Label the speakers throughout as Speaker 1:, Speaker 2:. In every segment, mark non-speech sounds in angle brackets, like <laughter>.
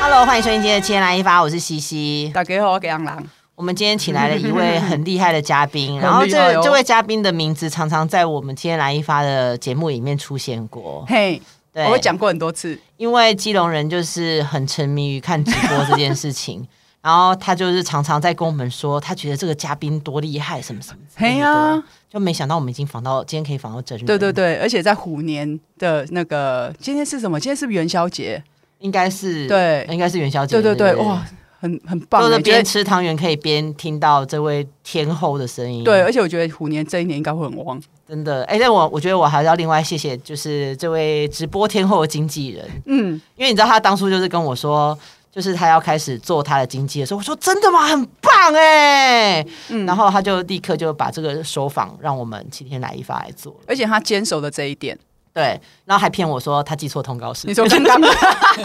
Speaker 1: Hello，欢迎收听今天的《千来一发》，我是西西。
Speaker 2: 大家好，我给杨郎。
Speaker 1: 我们今天请来了一位很厉害的嘉宾，
Speaker 2: <laughs> 很厉害哦
Speaker 1: 然后这、这位嘉宾的名字常常在我们《今天来一发》的节目里面出现过。
Speaker 2: 嘿、
Speaker 1: 对，
Speaker 2: 我讲过很多次，
Speaker 1: 因为基隆人就是很沉迷于看直播这件事
Speaker 2: <laughs>
Speaker 1: 情，然后他就是常常在跟我们说，他觉得这个嘉宾多厉害，什么什么之类
Speaker 2: 嘿
Speaker 1: 的。
Speaker 2: 呀
Speaker 1: 就没想到我们已经访到今天可以访到真人，
Speaker 2: 对对，对，而且在虎年的那个今天是什么？今天是不是元宵节？
Speaker 1: 应该是
Speaker 2: 对
Speaker 1: 应该是元宵节，
Speaker 2: 对对对，哇，，很很棒、
Speaker 1: 就是
Speaker 2: 欸，觉
Speaker 1: 边
Speaker 2: 得
Speaker 1: 吃汤圆可以边听到这位天后的声音，
Speaker 2: 对，而且我觉得虎年这一年应该会很旺。
Speaker 1: 真的，哎、但我我觉得我还是要另外谢谢，就是这位直播天后的经纪人，
Speaker 2: 嗯，
Speaker 1: 因为你知道他当初就是跟我说，就是他要开始做他的经纪的时候，我说真的吗？很棒哎、
Speaker 2: 嗯
Speaker 1: 然后他就立刻就把这个手访让我们七天来一发来做了，
Speaker 2: 而且他坚守的这一
Speaker 1: <laughs>
Speaker 2: 点，
Speaker 1: 对，然后还骗我说他记错通告时
Speaker 2: 你
Speaker 1: 间，
Speaker 2: 说刚刚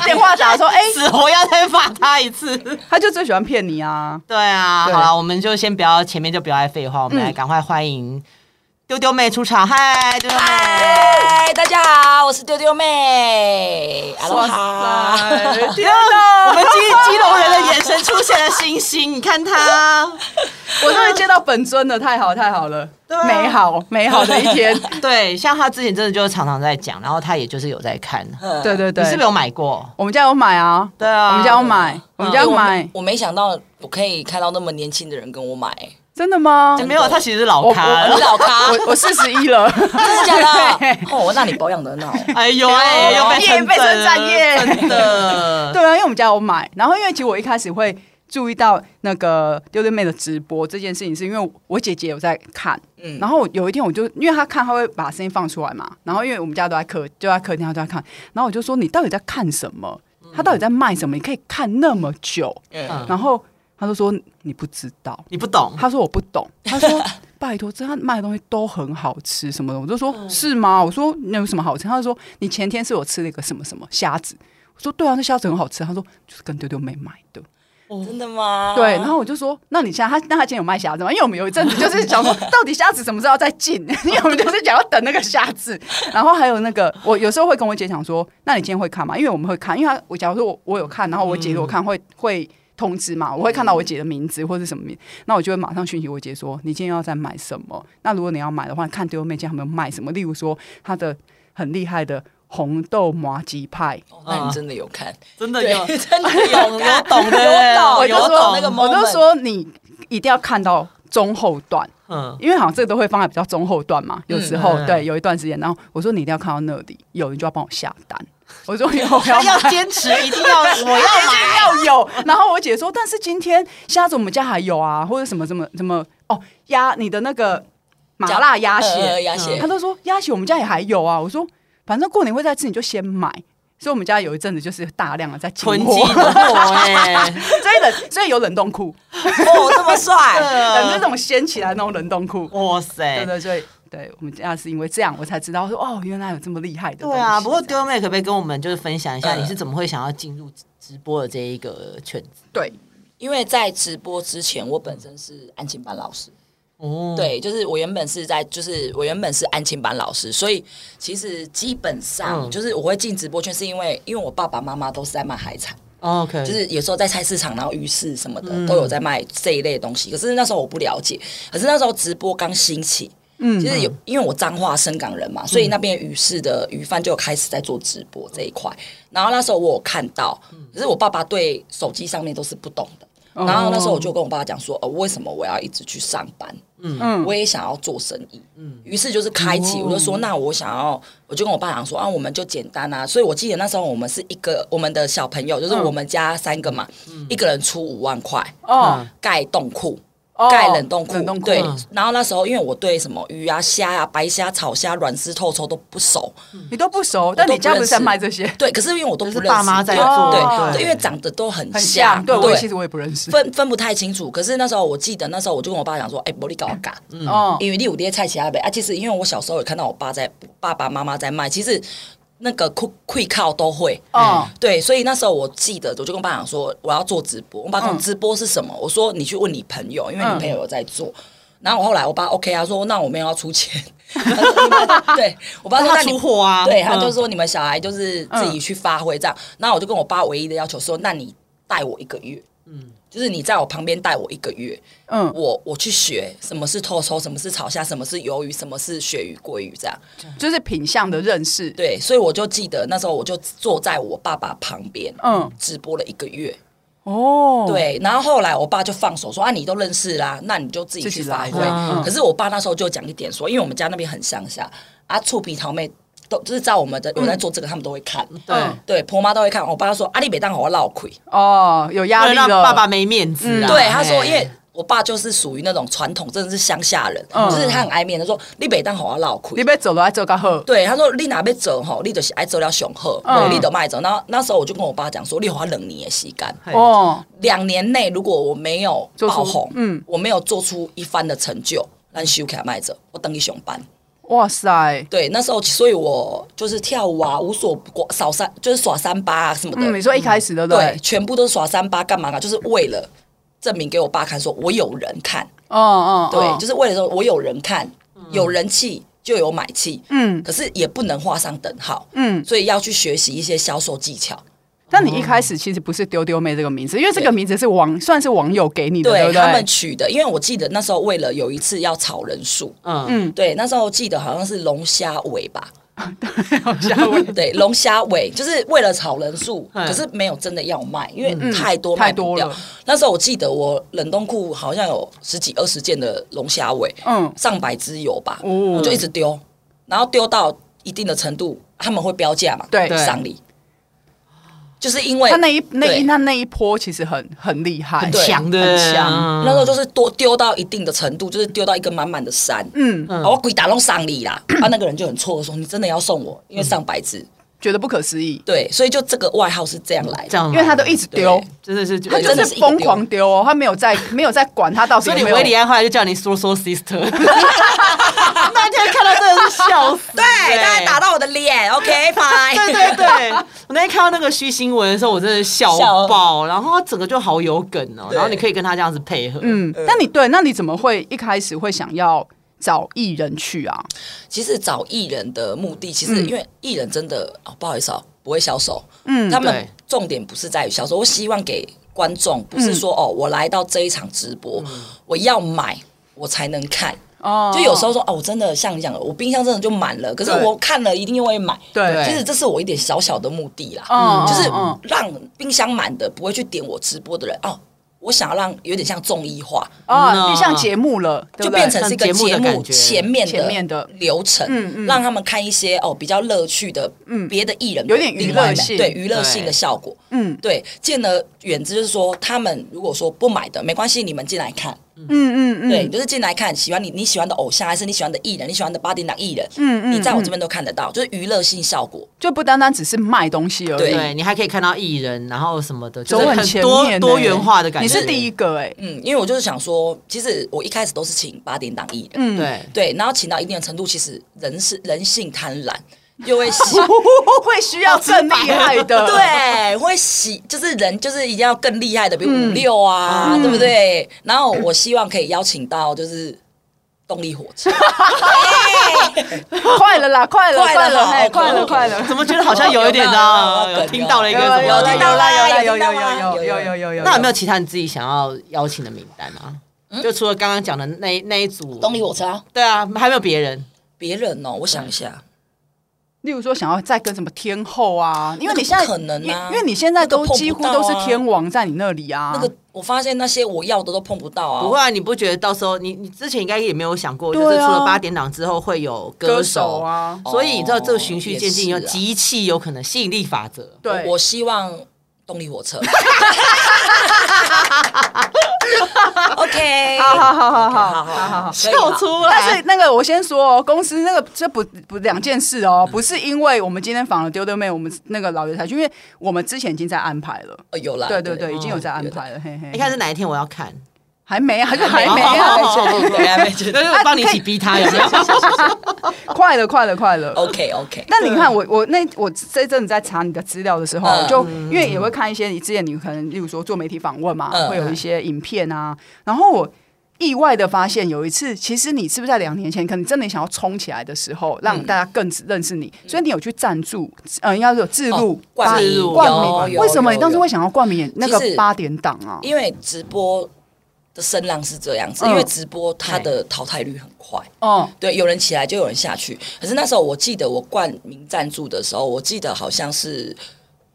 Speaker 2: 电话打说，哎、
Speaker 1: <laughs> 死活要再发他一次。
Speaker 2: 他就最喜欢骗你啊。
Speaker 1: 对啊，
Speaker 2: 对
Speaker 1: 好了，我们就先不要前面就不要再废话，我们
Speaker 2: 嗯
Speaker 1: 来赶快欢迎丢丢妹出场，嗨，丢丢妹。
Speaker 3: 嗨，大家好，我是丢丢妹，阿罗哈。
Speaker 2: 塞，天
Speaker 1: 我
Speaker 2: 哪！
Speaker 1: 们基基隆人的眼神出现了星星，你看他，
Speaker 2: <laughs> 我终于见到本尊了，太好太好了，
Speaker 1: 对啊
Speaker 2: 美好美好的一
Speaker 1: <laughs>
Speaker 2: 天。
Speaker 1: 对，像他之前真的就是常常在讲，然后他也就是有在看，
Speaker 3: 呃
Speaker 2: 对对对，
Speaker 1: 你是不是有买过？
Speaker 2: 我们家有买啊，
Speaker 1: 对啊
Speaker 2: 我们家有买，我们家有
Speaker 3: 哎我
Speaker 2: 买
Speaker 3: 没，我没想到我可以看到那么年轻的人跟我买，
Speaker 2: 真的吗？
Speaker 1: 没有，他其实是老
Speaker 2: 我
Speaker 1: 咖
Speaker 3: 你。老 <laughs> 咖，
Speaker 2: 我我四十一了，
Speaker 3: 真的假
Speaker 2: <laughs>
Speaker 3: 的？哦，那你保养的很好。
Speaker 1: 哎呦哎，又被
Speaker 2: 耶哦被称赞耶
Speaker 1: 了真的。
Speaker 2: <laughs> 对啊，因为我们家有买，然后因为其实我一开始会注意到那个丢丢妹的直播这件事情，是因为我姐姐有在看，
Speaker 3: 嗯
Speaker 2: 然后我有一天我就因为她看，她会把声音放出来嘛，然后因为我们家都在客就在客厅，她都在看，然后我就说你到底在看什么？她到底在卖什么？你可以看那么久，
Speaker 3: 嗯，
Speaker 2: 然后她就说你不知道，
Speaker 1: 你不懂，
Speaker 2: 他说我不懂，他说拜托，这他卖的东西都很好吃什么的，我就说是吗？我说那有什么好吃？他就说你前天是我吃了一个什么什么虾子。我说对啊，那虾子很好吃。他说就是跟丢丢妹买的，
Speaker 3: 真的吗？
Speaker 2: 对。然后我就说，那你现在他那他今天有卖虾子吗？因为我们有一阵子就是想
Speaker 3: <laughs>
Speaker 2: 说，到底虾子什么时候再进？因为我们就是想要等那个虾子。然后还有那个，我有时候会跟我姐讲说，那你今天会看吗？因为我们会看，因为他我假如说我我有看，然后我姐给
Speaker 3: 嗯
Speaker 2: 我看会会通知嘛，我会看到我姐的名字或是什么名，那我就会马上讯息我姐说，你今天要在买什么？那如果你要买的话，看丢妹今天有没有卖什么，例如说她的很厉害的红豆麻吉派，
Speaker 3: 哦那你真的有看？
Speaker 1: 真的有
Speaker 3: 对，真的有
Speaker 1: 有
Speaker 3: 看，
Speaker 1: 懂
Speaker 3: 我
Speaker 1: 的，
Speaker 3: 就
Speaker 1: 有
Speaker 3: 说
Speaker 1: 懂
Speaker 3: 哦那个
Speaker 2: 我
Speaker 3: moment
Speaker 2: 就说你一定要看到中后段。
Speaker 1: 嗯，
Speaker 2: 因为好像这个都会放在比较中后段嘛，有时候、
Speaker 1: 嗯
Speaker 2: 对有一段时间，然后我说你一定要看到那里，有你就要帮我下单。我说有，我
Speaker 1: 他 <laughs>
Speaker 2: 要
Speaker 1: 要
Speaker 2: 买。
Speaker 1: 坚持，一定要，我要买。
Speaker 2: 要有，然后我姐说，但是今天虾子我们家还有啊，或者什么什么什么哦，鸭你的那个麻辣鸭
Speaker 3: 呃
Speaker 2: 血，嗯
Speaker 3: 鸭血
Speaker 2: 她，都说鸭血我们家也还有啊。我说反正过年会再吃，你就先买。所以我们家有一阵子就是大量的在进
Speaker 1: 囤积
Speaker 2: <laughs> 货，
Speaker 1: 的货哎，
Speaker 2: 所以冷，所以有冷冻库，
Speaker 3: 哦，这么
Speaker 2: <laughs>
Speaker 3: 帅， <laughs>
Speaker 1: 嗯
Speaker 2: 冷这种掀起来那种冷冻库。
Speaker 1: 哇
Speaker 2: 对
Speaker 1: 塞，
Speaker 3: 哎
Speaker 2: 对，所以对我们家是因为这样，我才知道说哦，原来有这么厉害的东西。
Speaker 1: 对啊，不过
Speaker 2: 这样
Speaker 1: 丢妹可不可以跟我们就是分享一下，
Speaker 3: 嗯
Speaker 1: 你是怎么会想要进入直播的这一个圈子？
Speaker 2: 对，
Speaker 3: 因为在直播之前，我本身是安静班老师，
Speaker 2: 嗯
Speaker 1: 哦，
Speaker 3: 对，就是我原本是在，就是我原本是安亲班老师，所以其实基本上
Speaker 1: 嗯
Speaker 3: 就是我会进直播圈，是因为因为我爸爸妈妈都是在卖海产，
Speaker 1: ，OK，
Speaker 3: 就是有时候在菜市场，然后鱼市什么的、都有在卖这一类的东西。可是那时候我不了解，可是那时候直播刚兴起。嗯，其实有，因为我彰化深港人嘛，所以那边鱼市的鱼贩就有开始在做直播这一块。然后那时候我有看到，可是我爸爸对手机上面都是不懂的。
Speaker 2: 哦嗯
Speaker 3: 然后那时候我就跟我爸爸讲说，哦，为什么我要一直去上班？
Speaker 2: 嗯哦
Speaker 3: 我也想要做生意，于是就是开启，我就说那我想要，我就跟我爸讲说啊，我们就简单啊，所以我记得那时候我们是一个我们的小朋友，
Speaker 2: 嗯
Speaker 3: 就是我们家三个嘛，一个人出五万块
Speaker 2: 哦
Speaker 3: 盖冻库。
Speaker 2: 哦
Speaker 3: 盖冷冻库，
Speaker 2: 冷冻库
Speaker 3: 对
Speaker 1: 嗯。
Speaker 3: 然后那时候，因为我对什么鱼啊、虾啊、白虾、草虾、软丝、透抽都不熟，
Speaker 2: 你都不熟，但你家不是在卖这些，
Speaker 3: 对。可是因为我都
Speaker 1: 就
Speaker 3: 不
Speaker 1: 是
Speaker 3: 认识，
Speaker 1: 爸妈在
Speaker 3: 对
Speaker 1: 做，
Speaker 2: 对
Speaker 3: 对，因为长得都很
Speaker 2: 很像。对，
Speaker 3: 对，
Speaker 2: 我也其实我也不认识。
Speaker 3: 分分不太清楚。可是那时候我记得，那时候我就跟我爸讲说：“哎、玻璃搞嘎，
Speaker 2: 哦，
Speaker 3: 因为第五爹菜其他呗啊，其实因为我小时候有看到我爸在爸爸妈妈在卖，其实那个酷会靠都会。
Speaker 2: 哦，
Speaker 3: 对，所以那时候我记得，我就跟我爸讲说我要做直播。我爸讲直播是什么？我说你去问你朋友，因为你朋友有在做。然后我后来我爸 OK 啊，说那我没有要出钱。 <laughs> 他说你们对我爸说
Speaker 1: 他
Speaker 3: 那你
Speaker 1: 出货啊，
Speaker 3: 对，他
Speaker 1: 嗯
Speaker 3: 就说你们小孩就是自己去发挥这样。然后我就跟我爸唯一的要求说，那你带我一个月，嗯，就是你在我旁边带我一个月，
Speaker 2: 嗯，
Speaker 3: <laughs> 我我去学什么是透抽，什么是炒虾，什么是鱿鱼，什么是鳕鱼、鲑鱼这样。
Speaker 2: 就是品相的认识，
Speaker 3: 对，所以我就记得那时候我就坐在我爸爸旁边，
Speaker 2: 嗯，
Speaker 3: 直播了一个月。
Speaker 2: 哦，，
Speaker 3: 对，然后后来我爸就放手说啊，你都认识啦，那你就自己
Speaker 2: 自
Speaker 3: 去
Speaker 2: 己
Speaker 3: 发
Speaker 2: 来
Speaker 3: 挥
Speaker 1: 嗯。
Speaker 3: 可是我爸那时候就讲一点说，因为我们家那边很乡下啊，醋皮桃妹都就是在我们的有在做这个，他们都会看。
Speaker 1: 对，
Speaker 2: 嗯
Speaker 3: 对，婆妈都会看。我爸说：“啊，你别当我闹亏。
Speaker 2: 哦，有压
Speaker 1: 为了
Speaker 2: 力
Speaker 1: 让
Speaker 2: 了，
Speaker 1: 爸爸没面子啊。
Speaker 3: 嗯对，他说：“
Speaker 1: 嘿
Speaker 3: 因为我爸就是属于那种传统，真的是乡下人，
Speaker 2: 嗯
Speaker 3: 就是他很爱面子，说你别当我闹亏
Speaker 2: 你。被走了，还走到后，
Speaker 3: 对，他说你哪边走吼，你就是爱走了雄鹤，
Speaker 2: 嗯
Speaker 3: 嗯、你就卖走。然后那时候我就跟我爸讲说，你花冷你的吸干。
Speaker 1: 嘿
Speaker 2: 哦，
Speaker 3: 两年内如果我没有
Speaker 2: 做出
Speaker 3: 爆红，
Speaker 2: 嗯
Speaker 3: 嗯，我没有做出一番的成就，咱修起来卖走，我等你熊班。
Speaker 2: 哇塞，
Speaker 3: 对，那时候所以我就是跳舞啊，无所不过，扫三就是耍三八啊什么的，
Speaker 2: 嗯，你说一开始对不
Speaker 3: 对
Speaker 2: 对，？
Speaker 3: 全部都是耍三八，干嘛干嘛，就是为了证明给我爸看，说我有人看，
Speaker 2: 哦哦，
Speaker 3: 对，
Speaker 2: 哦
Speaker 3: 就是为了说我有人看，有人气就有买气，
Speaker 2: 嗯
Speaker 3: 可是也不能画上等号，
Speaker 2: 嗯，
Speaker 3: 所以要去学习一些销售技巧。
Speaker 2: 但你一开始其实不是丢丢妹这个名字，因为这个名字是网算是网友给你的，对不
Speaker 3: 他们
Speaker 2: 对？
Speaker 3: 取的，因为我记得那时候为了有一次要炒人数，
Speaker 1: 嗯，
Speaker 2: 嗯，
Speaker 3: 对，那时候记得好像是龙虾尾吧，
Speaker 1: <laughs>
Speaker 2: 下一位
Speaker 3: 对，龙虾尾就是为了炒人数，
Speaker 1: 嗯
Speaker 3: 可是没有真的要卖，因为
Speaker 2: 嗯
Speaker 3: 太多
Speaker 2: 太
Speaker 3: 卖不
Speaker 2: 多
Speaker 3: 掉
Speaker 2: 了。，
Speaker 3: 那时候我记得我冷冻库好像有十几二十件的龙虾尾，
Speaker 2: 嗯，
Speaker 3: 上百只有吧，
Speaker 2: 哦
Speaker 3: 我就一直丢，然后丢到一定的程度，他们会标价嘛，
Speaker 2: 对
Speaker 3: 上礼，就是因为
Speaker 2: 他那一那一
Speaker 3: 对
Speaker 2: 他那一波其实很很厉害，
Speaker 1: 很
Speaker 3: 对
Speaker 1: 强的，
Speaker 2: 很强
Speaker 1: 嗯
Speaker 3: 那时候就是多丢到一定的程度，就是丢到一个满满的山。
Speaker 2: 嗯，
Speaker 1: 嗯
Speaker 3: 啊、我鬼打龙赏你啦！啊，那个人就很错愕说：“你真的要送我？因为上百只，
Speaker 2: 觉得不可思议，
Speaker 3: 对，所以就这个外号是这样来
Speaker 1: 这
Speaker 3: 的。
Speaker 1: 样来的，
Speaker 2: <laughs> 因为他都一直丢
Speaker 3: 对，
Speaker 1: 真的是，
Speaker 2: 他
Speaker 3: 对
Speaker 2: 就
Speaker 3: 真的
Speaker 2: 是
Speaker 3: 是一个
Speaker 2: 疯狂丢哦，他没有在没有在管他到底
Speaker 1: 所以
Speaker 2: 有
Speaker 1: 你
Speaker 2: 没有
Speaker 1: 维里安后来就叫你说说
Speaker 3: <laughs>
Speaker 1: sister，那天看到真的是笑死，欸
Speaker 3: 对，哎大家打到我的脸，OK，
Speaker 1: <laughs>
Speaker 3: 拜。
Speaker 1: 对对对，我那天看到那个虚新闻的时候，我真的笑
Speaker 3: 笑
Speaker 1: 爆，然后他整个就好有梗哦，
Speaker 3: 对
Speaker 1: 然后你可以跟他这样子配合，嗯，
Speaker 2: 嗯，那你对，那你怎么会一开始会想要找艺人去啊？
Speaker 3: 其实找艺人的目的，其实
Speaker 2: 嗯
Speaker 3: 因为艺人真的哦，不好意思哦，不会销售，
Speaker 2: 嗯，
Speaker 3: 他们
Speaker 1: 对
Speaker 3: 重点不是在于销售，我希望给观众不是说、哦，我来到这一场直播，我要买我才能看。
Speaker 2: 哦
Speaker 3: 就有时候说哦，我真的像你讲的，我冰箱真的就满了，可是
Speaker 2: 对
Speaker 3: 我看了一定又会买。
Speaker 2: 对
Speaker 1: 对
Speaker 3: 其实这是我一点小小的目的啦，
Speaker 2: 嗯
Speaker 3: 就是
Speaker 2: 嗯
Speaker 3: 让冰箱满的不会去点我直播的人哦，我想要让有点像综艺化，
Speaker 2: 哦，
Speaker 1: 嗯
Speaker 2: 就像节目了，对
Speaker 3: 就
Speaker 2: 不对
Speaker 3: 变成是一个
Speaker 1: 像节目
Speaker 3: 节
Speaker 1: 的
Speaker 3: 目
Speaker 1: 感觉
Speaker 3: 前面的
Speaker 2: 前面的
Speaker 3: 流程，
Speaker 2: 嗯嗯
Speaker 3: 让他们看一些哦比较乐趣的
Speaker 2: 嗯
Speaker 3: 别的艺人
Speaker 2: 有点娱
Speaker 3: 另
Speaker 2: 乐
Speaker 3: 外的
Speaker 2: 性
Speaker 3: 对娱乐性的效果。
Speaker 2: 嗯
Speaker 3: 对，见而远之就是说，他们如果说不买的没关系，你们进来看，
Speaker 2: 嗯嗯嗯，
Speaker 3: 对，你就是进来看，喜欢你你喜欢的偶像，还是你喜欢的艺人，你喜欢的八点档艺人，
Speaker 2: 嗯嗯
Speaker 3: 你在我
Speaker 2: 嗯
Speaker 3: 这边都看得到，就是娱乐性效果。
Speaker 2: 就不单单只是卖东西而已，
Speaker 3: 对
Speaker 1: 对你还可以看到艺人，然后什么的，
Speaker 2: 走
Speaker 1: 就是
Speaker 2: 很
Speaker 1: 很
Speaker 2: 前面欸
Speaker 1: 多多元化的感觉，
Speaker 2: 你是第一个
Speaker 1: <laughs>
Speaker 2: 哎，
Speaker 3: 嗯，因为我就是想说，其实我一开始都是请八点档艺
Speaker 2: 嗯，
Speaker 3: 人，
Speaker 1: 对，
Speaker 3: 对，然后请到一定的程度，其实人是人性贪婪，
Speaker 2: <laughs>
Speaker 3: 又会喜
Speaker 2: 会需要更
Speaker 1: 啊
Speaker 2: 厉害
Speaker 1: <laughs>
Speaker 2: 的，
Speaker 3: 对，会喜就是人就是一定要更厉害的，比如五六啊，
Speaker 2: 嗯
Speaker 3: 对不对？然后我希望可以邀请到就是动力火
Speaker 1: <laughs>
Speaker 3: 车，
Speaker 1: 哎
Speaker 2: 快了啦，快了，
Speaker 3: 快
Speaker 2: 快
Speaker 3: 了
Speaker 2: 了，
Speaker 3: 好
Speaker 2: 哎，
Speaker 3: 好
Speaker 2: 快了，
Speaker 3: 好
Speaker 2: 快了。
Speaker 1: 怎哦么觉得好像有一点呢？
Speaker 3: 有有有有有
Speaker 1: 有听到了一
Speaker 2: 有
Speaker 1: 个
Speaker 2: 有
Speaker 1: 什
Speaker 2: 有
Speaker 1: 么？啊
Speaker 2: 有
Speaker 3: 听到
Speaker 2: 啦
Speaker 3: 啦
Speaker 2: 有啦有
Speaker 3: 有听到
Speaker 2: 啦
Speaker 3: 啦
Speaker 2: 有有有
Speaker 3: 有
Speaker 2: 有有有，
Speaker 1: 那有没有其他你自己想要邀请的名单啊？就除了刚刚讲的那那一组，
Speaker 3: 动力火车啊。
Speaker 1: 对啊，还没有别人。
Speaker 3: 别人哦，我想一下，
Speaker 2: 例如说想要再跟什么天后啊，因为你现在
Speaker 3: 那个不可能啊
Speaker 2: 因为因为你现在都
Speaker 3: 那个碰不到啊
Speaker 2: 几乎都是天王在你那里啊，
Speaker 3: 那个我发现那些我要的都碰不到啊。
Speaker 1: 不会，啊，你不觉得到时候你你之前应该也没有想过，就是
Speaker 2: 对啊
Speaker 1: 除了八点档之后会有
Speaker 2: 歌
Speaker 1: 歌
Speaker 2: 手
Speaker 1: 手
Speaker 2: 啊
Speaker 1: 所以你知道这个循序
Speaker 3: 哦
Speaker 1: 渐进，有
Speaker 3: 也是啊
Speaker 1: 极其有可能吸引力法则。
Speaker 2: 对，
Speaker 3: 我希望动力火车。OK，
Speaker 2: 好好好好好
Speaker 3: 好
Speaker 2: 好好好
Speaker 3: 可以
Speaker 1: 跳
Speaker 3: 啊
Speaker 1: 出
Speaker 2: 但是
Speaker 1: 来，
Speaker 2: 那个，我先说哦，公司那个这不不两件事哦，不是因为我们今天访了丢丢妹，我们那个老刘才去，因为我们之前已经在安排了，
Speaker 3: 哦有啦，
Speaker 2: 对对对，
Speaker 1: 对
Speaker 2: 已经有在安
Speaker 3: 有的
Speaker 2: 排了，嘿嘿，
Speaker 1: 你看是哪一天我要看？
Speaker 2: 还没啊，就还没
Speaker 1: 好好
Speaker 2: 啊，
Speaker 1: 好好
Speaker 3: 对，哦还没觉
Speaker 1: 那
Speaker 3: 得。
Speaker 1: 就帮你一起逼他，有没有？
Speaker 2: <laughs> 快了快了快了。
Speaker 3: OK OK，
Speaker 2: 但你看我我那我这阵子在查你的资料的时候，
Speaker 3: 嗯
Speaker 2: 就因为也会看一些你之前你可能例如说做媒体访问嘛，
Speaker 3: 嗯
Speaker 2: 会有一些影片啊，然后我意外的发现，有一次，其实你是不是在两年前，可能真的想要冲起来的时候，让
Speaker 3: 嗯
Speaker 2: 大家更认识你，所以你有去赞助，呃，应该是有自录
Speaker 3: 哦、冠名
Speaker 2: 八
Speaker 3: 有
Speaker 2: 冠名。
Speaker 3: 有
Speaker 2: 为什么你
Speaker 3: 有
Speaker 2: 当时
Speaker 3: 有
Speaker 2: 会想要冠名那
Speaker 3: 其
Speaker 2: 个
Speaker 3: 实
Speaker 2: 八点档啊？
Speaker 3: 因为直播的声浪是这样子，
Speaker 2: 嗯
Speaker 3: 因为直播它的淘汰率很快。
Speaker 2: 哦，
Speaker 3: 对，有人起来就有人下去。可是那时候我记得我冠名赞助的时候，我记得好像是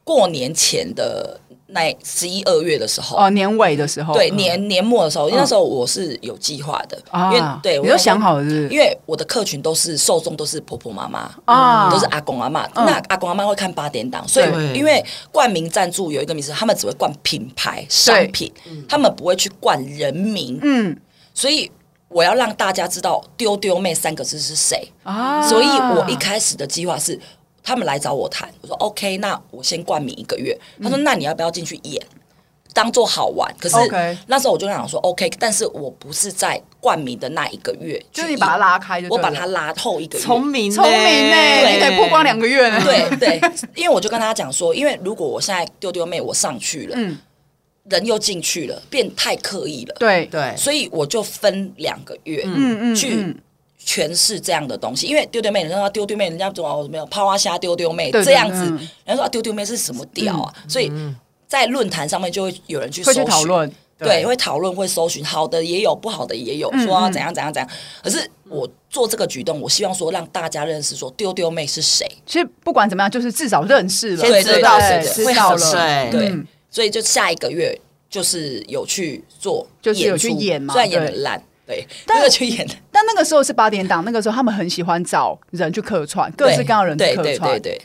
Speaker 3: 过年前的那十一二月的时候，
Speaker 2: 哦，年尾的时候，
Speaker 3: 对
Speaker 2: 嗯
Speaker 3: 年年末的时候，因为那时候我是有计划的，因为
Speaker 2: 啊，
Speaker 3: 对，
Speaker 2: 你
Speaker 3: 我
Speaker 2: 都想好了是不是
Speaker 3: 因为我的客群都是受众都是婆婆妈妈。
Speaker 2: 啊，
Speaker 3: 都是阿公阿妈，
Speaker 2: 嗯
Speaker 3: 那阿公阿妈会看八点档，所以
Speaker 1: 对
Speaker 3: 因为冠名赞助有一个名词，他们只会冠品牌商品，他们不会去冠人名，
Speaker 2: 嗯
Speaker 3: 所以我要让大家知道“丢丢妹”三个字是谁。
Speaker 2: 啊，
Speaker 3: 所以我一开始的计划是，他们来找我谈，我说 OK，那我先冠名一个月。
Speaker 2: 嗯
Speaker 3: 他说，那你要不要进去演，当做好玩？可是
Speaker 2: 哦 OK
Speaker 3: 那时候我就想说 OK，但是我不是在冠名的那一个月
Speaker 2: 就
Speaker 3: 去演，
Speaker 2: 是你把它拉开就对
Speaker 3: 我
Speaker 2: 了，
Speaker 3: 把它拉后一个月。
Speaker 1: 聪明
Speaker 2: 聪明呢，你得曝光两
Speaker 1: 个。
Speaker 2: 个月呢，
Speaker 3: 对对，因为我就跟他讲说，因为如果我现在丢丢妹我上去了，
Speaker 2: <laughs> 嗯
Speaker 3: 人又进去了，变太刻意了，
Speaker 2: 对，
Speaker 1: 对，
Speaker 3: 所以我就分两个月，
Speaker 2: 嗯嗯
Speaker 3: 去
Speaker 2: 嗯，
Speaker 3: 诠释这样的东西，因为丢丢妹，人家说丢丢妹，人家说哦没有泡花虾丢丢妹
Speaker 2: 对对
Speaker 3: 这样子
Speaker 2: 嗯，
Speaker 3: 人家说啊丢丢妹是什么屌啊，所以在论坛上面就会有人去搜
Speaker 2: 会
Speaker 3: 寻
Speaker 2: 去讨，论，
Speaker 3: 对，会讨论会搜寻，好的也有，不好的也有，
Speaker 2: 嗯
Speaker 3: 说啊怎样怎样怎样。可是我做这个举动，我希望说让大家认识说丢丢妹是谁，
Speaker 2: 其实不管怎么样，就是至少认识了，
Speaker 1: 先
Speaker 3: 对
Speaker 2: 知
Speaker 1: 知
Speaker 3: 对
Speaker 1: 道
Speaker 2: 道
Speaker 3: 对
Speaker 1: 谁
Speaker 2: 知
Speaker 3: 对，会
Speaker 2: 道
Speaker 3: 好
Speaker 1: 是
Speaker 3: 奇
Speaker 1: 谁
Speaker 2: 了，
Speaker 3: 对
Speaker 2: 嗯，
Speaker 3: 所以就下一个月就是有去做
Speaker 2: 就
Speaker 3: 演出，
Speaker 2: 是有去演嘛
Speaker 3: 虽然演的
Speaker 2: 对
Speaker 3: 烂，对，
Speaker 2: 但
Speaker 3: 但是去演的
Speaker 2: 但那个时候是八点档，那个时候他们很喜欢找人去客串， <laughs> 各式各样的人
Speaker 3: 对
Speaker 2: 去
Speaker 3: 对
Speaker 2: 客
Speaker 3: 对对
Speaker 2: 串。
Speaker 3: 对。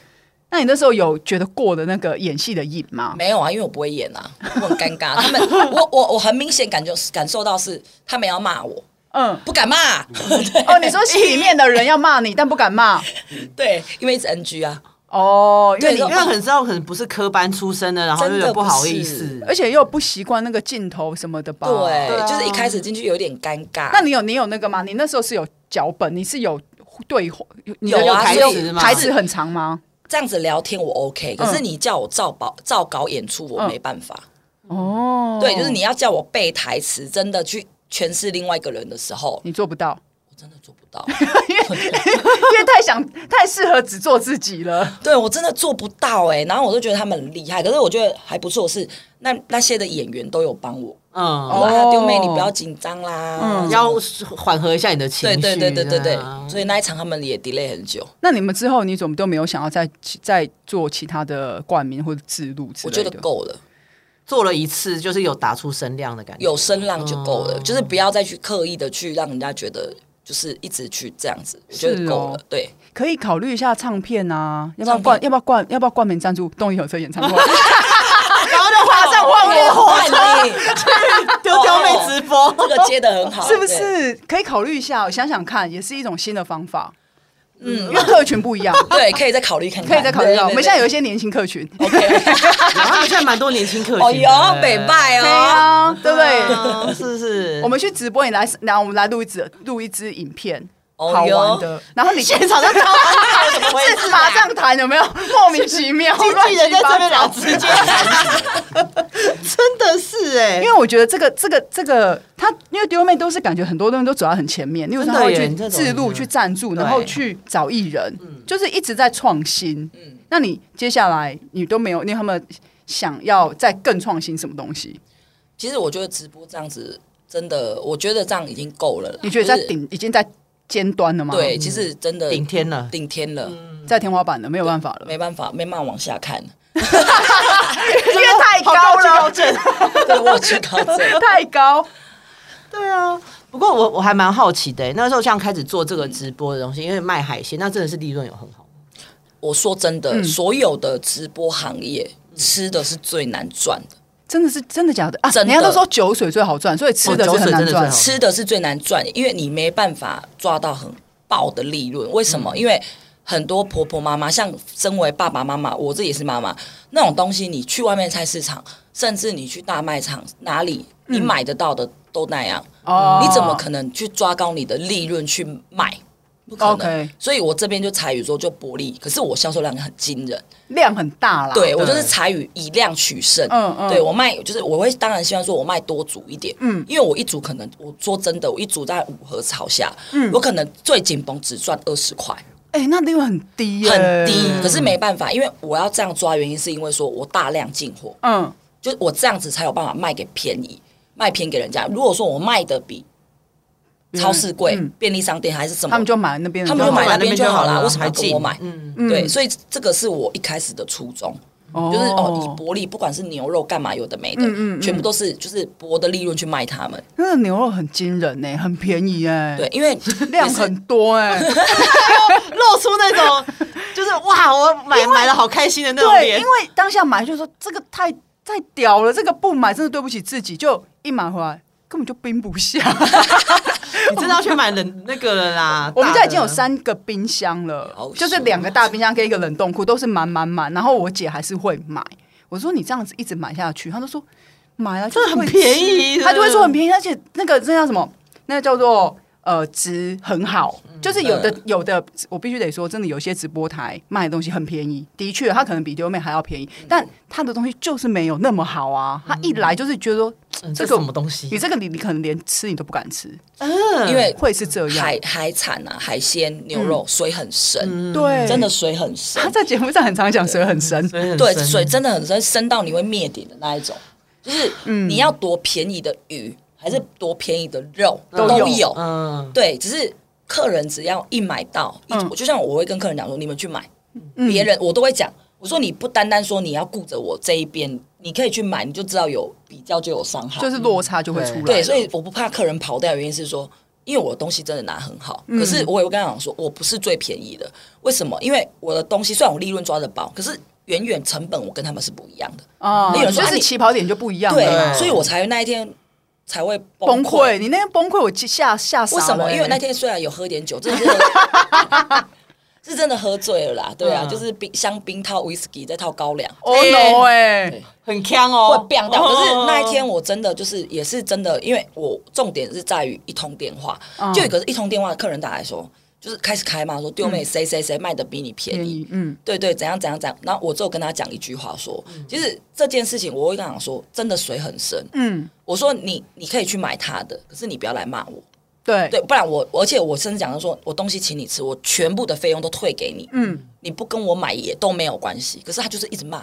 Speaker 2: 那你那时候有觉得过的那个演戏的瘾吗？
Speaker 3: 没有啊，因为我不会演啊，我很尴尬。他们，我我我很明显感觉感受到是他们要骂我， <laughs>
Speaker 2: 嗯，
Speaker 3: 不敢骂。
Speaker 2: 哦，你说戏里面的人要骂你，但不敢骂
Speaker 3: <laughs> 对，因为一直 NG 啊，
Speaker 2: 哦，因为你
Speaker 3: 对
Speaker 1: 因为可能知道可能不是科班出身的，然后又
Speaker 3: 真
Speaker 1: 有
Speaker 3: 的
Speaker 1: 点不
Speaker 3: 不
Speaker 1: 好意
Speaker 3: 是
Speaker 1: 思，
Speaker 2: 而且又不习惯那个镜头什么的吧？
Speaker 3: 对，
Speaker 1: 啊
Speaker 3: 就是一开始进去有点尴尬。
Speaker 2: 哦那你有你有那个吗？你那时候是有脚本，你是有对话，你的
Speaker 3: 有啊
Speaker 2: 台
Speaker 3: 是有
Speaker 2: 词
Speaker 1: 嘛
Speaker 2: 台词很长吗？
Speaker 3: 这样子聊天我 OK，可是你叫我照稿照稿演出，我
Speaker 2: 嗯
Speaker 3: 没办法。
Speaker 2: 哦，
Speaker 3: 嗯对，就是你要叫我背台词，真的去诠释另外一个人的时候，
Speaker 2: 你做不
Speaker 3: <laughs>
Speaker 2: 到，
Speaker 3: 我真的做不到。
Speaker 2: 因为太想太适合只做自己了。
Speaker 3: 对我真的做不到哎、然后我就觉得他们很厉害，可是我觉得还不错是那那些的演员都有帮我。
Speaker 1: 嗯，
Speaker 2: 哦
Speaker 3: 啊，丢妹，你不要紧张啦。
Speaker 2: 嗯
Speaker 1: 要缓和一下你的情
Speaker 3: 对
Speaker 1: 绪。
Speaker 3: 对对对对对
Speaker 1: 啊，
Speaker 3: 所以那一场他们也 delay 很久。
Speaker 2: 那你们之后你怎么都没有想要再再做其他的冠名或者自录之
Speaker 3: 我
Speaker 2: 类
Speaker 3: 觉
Speaker 2: 的
Speaker 3: 得？够了，
Speaker 1: 做了一次就是有打出声量的感觉。
Speaker 3: 有声浪就够
Speaker 2: 哦
Speaker 3: 了，就是不要再去刻意的去让人家觉得就是一直去这样子，我觉得够了。
Speaker 2: 哦
Speaker 3: 对，
Speaker 2: 可以考虑一下唱片啊，要不要
Speaker 3: 唱片
Speaker 2: 冠要不要冠要不要冠名赞助动力火车演
Speaker 3: <laughs>
Speaker 2: 唱会？
Speaker 1: 然后就马上换我
Speaker 3: 哎换你，
Speaker 1: <laughs> 丢丢妹直播，
Speaker 3: 这个接的很好，
Speaker 2: 是不
Speaker 3: 对？
Speaker 2: 是可以考虑一下？我想想看，也是一种新的方法。嗯，
Speaker 3: 嗯
Speaker 2: 因为客群不一
Speaker 1: <laughs>
Speaker 2: 样，
Speaker 3: 对，可以再考虑看看，
Speaker 2: 可以再考虑到。啊
Speaker 3: 对
Speaker 2: 我们现在有一些年轻客群，
Speaker 1: 哦
Speaker 3: 对 <laughs> 对 OK，
Speaker 1: <laughs> 然后他们现在蛮多年轻客群的。
Speaker 3: 哦哟，北拜
Speaker 2: 对
Speaker 3: 哦，
Speaker 2: 啊，对不对？
Speaker 1: 啊，是不是？
Speaker 2: <laughs> 我们去直播，你来，然后我们来录一支录一支影片，
Speaker 3: 哦
Speaker 2: 好玩
Speaker 3: 哟
Speaker 2: 的。然后
Speaker 1: <laughs>
Speaker 2: 你
Speaker 1: 现场在跳舞，
Speaker 2: <laughs>
Speaker 1: 怎么回
Speaker 2: 是
Speaker 1: 事？啊
Speaker 2: 马上谈有没有？莫名其妙，
Speaker 1: <laughs> 经纪人在这边聊，
Speaker 2: 乱七八糟
Speaker 1: 直接谈， <laughs> 真的是哎，
Speaker 2: 因为我觉得这个这个这个，他因为丢妹都是感觉很多东西都走在很前面，例如说
Speaker 1: 真
Speaker 2: 他
Speaker 1: 的
Speaker 2: 会
Speaker 1: 耶
Speaker 2: 去
Speaker 1: 你这种
Speaker 2: 自录、
Speaker 1: 人
Speaker 2: 去赞助，然
Speaker 1: 对嗯
Speaker 2: 后去找艺人，就是一直在创新。那你接下来你都没有，你有没有想要再更创新什么东西？
Speaker 3: 其实我觉得直播这样子真的，我觉得这样已经够了啦。
Speaker 2: 你觉得
Speaker 3: 就
Speaker 2: 在
Speaker 3: 是？
Speaker 2: 顶已经在尖端了吗？嗯
Speaker 3: 对，，其实真的
Speaker 1: 顶天了。
Speaker 3: 顶天了，
Speaker 2: 在天花板了，没有办法了，
Speaker 3: 没办法，没办法往下看。
Speaker 2: <laughs>
Speaker 3: <laughs>
Speaker 2: 因为太高了，
Speaker 3: 对我有去考证。
Speaker 2: 太高。
Speaker 1: 对啊，不过我我还蛮好奇的欸，那时候像开始做这个直播的东西，因为卖海鲜，那真的是利润有很好吗。
Speaker 3: 我说真的，
Speaker 2: 嗯
Speaker 3: 所有的直播行业吃的是最难赚的，
Speaker 2: 真的是真的假的啊？
Speaker 3: 真
Speaker 2: 人
Speaker 3: 的
Speaker 2: 家都说酒水最好赚，所以吃的
Speaker 1: 哦
Speaker 2: 是很
Speaker 1: 酒水真
Speaker 2: 难
Speaker 1: 的最
Speaker 2: 赚
Speaker 1: 好。
Speaker 3: 吃的是最难赚，因为你没办法抓到很爆的利润。为什么？
Speaker 2: 嗯
Speaker 3: 因为很多婆婆妈妈，像身为爸爸妈妈，我自己也是妈妈，那种东西你去外面菜市场，甚至你去大卖场哪里，你
Speaker 2: 嗯
Speaker 3: 买得到的都那样，
Speaker 2: 哦
Speaker 3: 你怎么可能去抓高你的利润去卖？不可能。
Speaker 2: OK
Speaker 3: 所以我这边就采宇宙就薄利，可是我销售量很惊人。
Speaker 2: 量很大啦。
Speaker 3: 对我就是采宇以量取胜。
Speaker 2: 啊嗯嗯
Speaker 3: 对我卖就是我会当然希望说我卖多组一点。嗯，因为我一组可能我说真的，我一组大概五盒朝下，嗯，我可能最紧绷只赚二十块，
Speaker 2: 哎、那利润很低、耶
Speaker 3: 很低。可是没办法，因为我要这样抓，原因是因为说我大量进货，
Speaker 2: 嗯，
Speaker 3: 就是我这样子才有办法卖给便宜，卖偏给人家。如果说我卖的比超市贵、
Speaker 2: 嗯
Speaker 3: 便利商店还是什么，
Speaker 2: 他们就买那边的
Speaker 3: 他
Speaker 2: 好，
Speaker 3: 们就买那边就好
Speaker 1: 他们就买那边就好了
Speaker 3: 啦，为什么要
Speaker 1: 还近
Speaker 3: 跟我买？
Speaker 1: 嗯
Speaker 3: 对，所以这个是我一开始的初衷，就是哦，以薄利，不管是牛肉干嘛，有的没的，
Speaker 2: 嗯嗯嗯
Speaker 3: 全部都是就是薄的利润去卖他们。
Speaker 2: 那个牛肉很惊人呢、很便宜哎、
Speaker 3: 对，，
Speaker 2: <laughs>
Speaker 3: 因为
Speaker 2: 量
Speaker 3: 也是
Speaker 2: 很多
Speaker 1: <laughs>
Speaker 2: 哎、<laughs>
Speaker 1: 露出那种就是哇，我买买的好开心的那种
Speaker 2: 对，
Speaker 1: 脸
Speaker 2: 因。为当下买就说这个太太屌了，这个不买真的对不起自己，就一买回来根本就冰不下。
Speaker 1: 你真的要去买冷那个了啦？
Speaker 2: <laughs> 我们
Speaker 1: 大
Speaker 2: 家
Speaker 1: 的
Speaker 2: 已经有三个冰箱了
Speaker 1: 啊
Speaker 3: 好，
Speaker 2: 就是
Speaker 3: 爽
Speaker 2: 两个大冰箱跟一个冷冻库，都是满满满。然后我姐还是会买，我说你这样子一直买下去，她就说买了就是
Speaker 1: 这很
Speaker 2: 会吃
Speaker 1: 便宜
Speaker 2: 她就会说
Speaker 1: 的
Speaker 2: 很便宜，而且那个那叫什么？那个叫做呃值很好，
Speaker 1: 嗯
Speaker 2: 就是有的、有的，我必须得说，真的有些直播台卖的东西很便宜，的确它可能比丢妹还要便宜，
Speaker 1: 嗯
Speaker 2: 但它的东西就是没有那么好啊。它一来就是觉得说，
Speaker 1: 嗯
Speaker 2: 这
Speaker 1: 这
Speaker 2: 个
Speaker 1: 什么东西
Speaker 2: 你这个你你可能连吃你都不敢吃，
Speaker 1: 嗯
Speaker 3: 因为
Speaker 2: 会是这样，
Speaker 3: 海海产啊，海鲜、牛
Speaker 2: 嗯
Speaker 3: 肉水很深，
Speaker 1: 嗯
Speaker 2: 对，
Speaker 3: 真的水很深
Speaker 2: 他。在节目上很常讲水很深，欸
Speaker 1: 所以很
Speaker 3: 对，
Speaker 1: 深
Speaker 3: 水真的很深，深到你会灭顶的那一种。就是
Speaker 2: 嗯
Speaker 3: 你要多便宜的鱼，还是多便宜的肉
Speaker 2: 都有
Speaker 3: 都有。
Speaker 1: 嗯，
Speaker 3: 对，只是客人只要一买到，一
Speaker 2: 嗯
Speaker 3: 就像我会跟客人讲说，你们去买，
Speaker 2: 嗯
Speaker 3: 别人我都会讲，我说你不单单说你要顾着我这一边，你可以去买，你就知道有比较就有伤害。
Speaker 2: 就是落差就会出来了。
Speaker 3: 对，所以我不怕客人跑掉，原因是说，因为我的东西真的拿很好，可
Speaker 2: 嗯
Speaker 3: 是我也会跟他讲说，我不是最便宜的，为什么？因为我的东西虽然我利润抓得薄，可是远远成本我跟他们是不一样的。
Speaker 2: 啊，
Speaker 3: 那有人说
Speaker 2: 就是
Speaker 3: 啊你
Speaker 2: 起跑点就不一样
Speaker 3: 对，
Speaker 2: 了，
Speaker 3: 所以我才那一天才会
Speaker 2: 崩
Speaker 3: 崩
Speaker 2: 溃。你那天崩溃，我气吓吓傻
Speaker 3: 为
Speaker 2: 了
Speaker 3: 什么？
Speaker 2: 欸
Speaker 3: 因为那天虽然有喝点酒，真的是 <laughs> 是真的喝醉了啦，对啊，
Speaker 1: 嗯
Speaker 3: 就是冰香槟套 whisky 再套高粱。
Speaker 2: 哦 no 哎，
Speaker 1: 很呛
Speaker 3: 会
Speaker 1: 哦，
Speaker 3: 变掉，可是那一天
Speaker 1: 哦
Speaker 3: 我真的就是也是真的，因为我重点是在于一通电话，
Speaker 2: 嗯
Speaker 3: 就有一个一通电话，客人打来说，就是开始开骂说丢妹谁谁谁卖的比你
Speaker 2: 嗯
Speaker 3: 便
Speaker 2: 便
Speaker 3: 宜
Speaker 2: 宜，，嗯，
Speaker 3: 对对，怎样怎样怎样。然后我就跟他讲一句话说，其实这件事情我会跟他讲说，真的水很深，
Speaker 2: 嗯，
Speaker 3: 我说你你可以去买他的，可是你不要来骂我，
Speaker 2: 对，
Speaker 3: 对，不然我，而且我甚至讲到说，我东西请你吃，我全部的费用都退给你，
Speaker 2: 嗯，
Speaker 3: 你不跟我买也都没有关系。可是他就是一直骂，《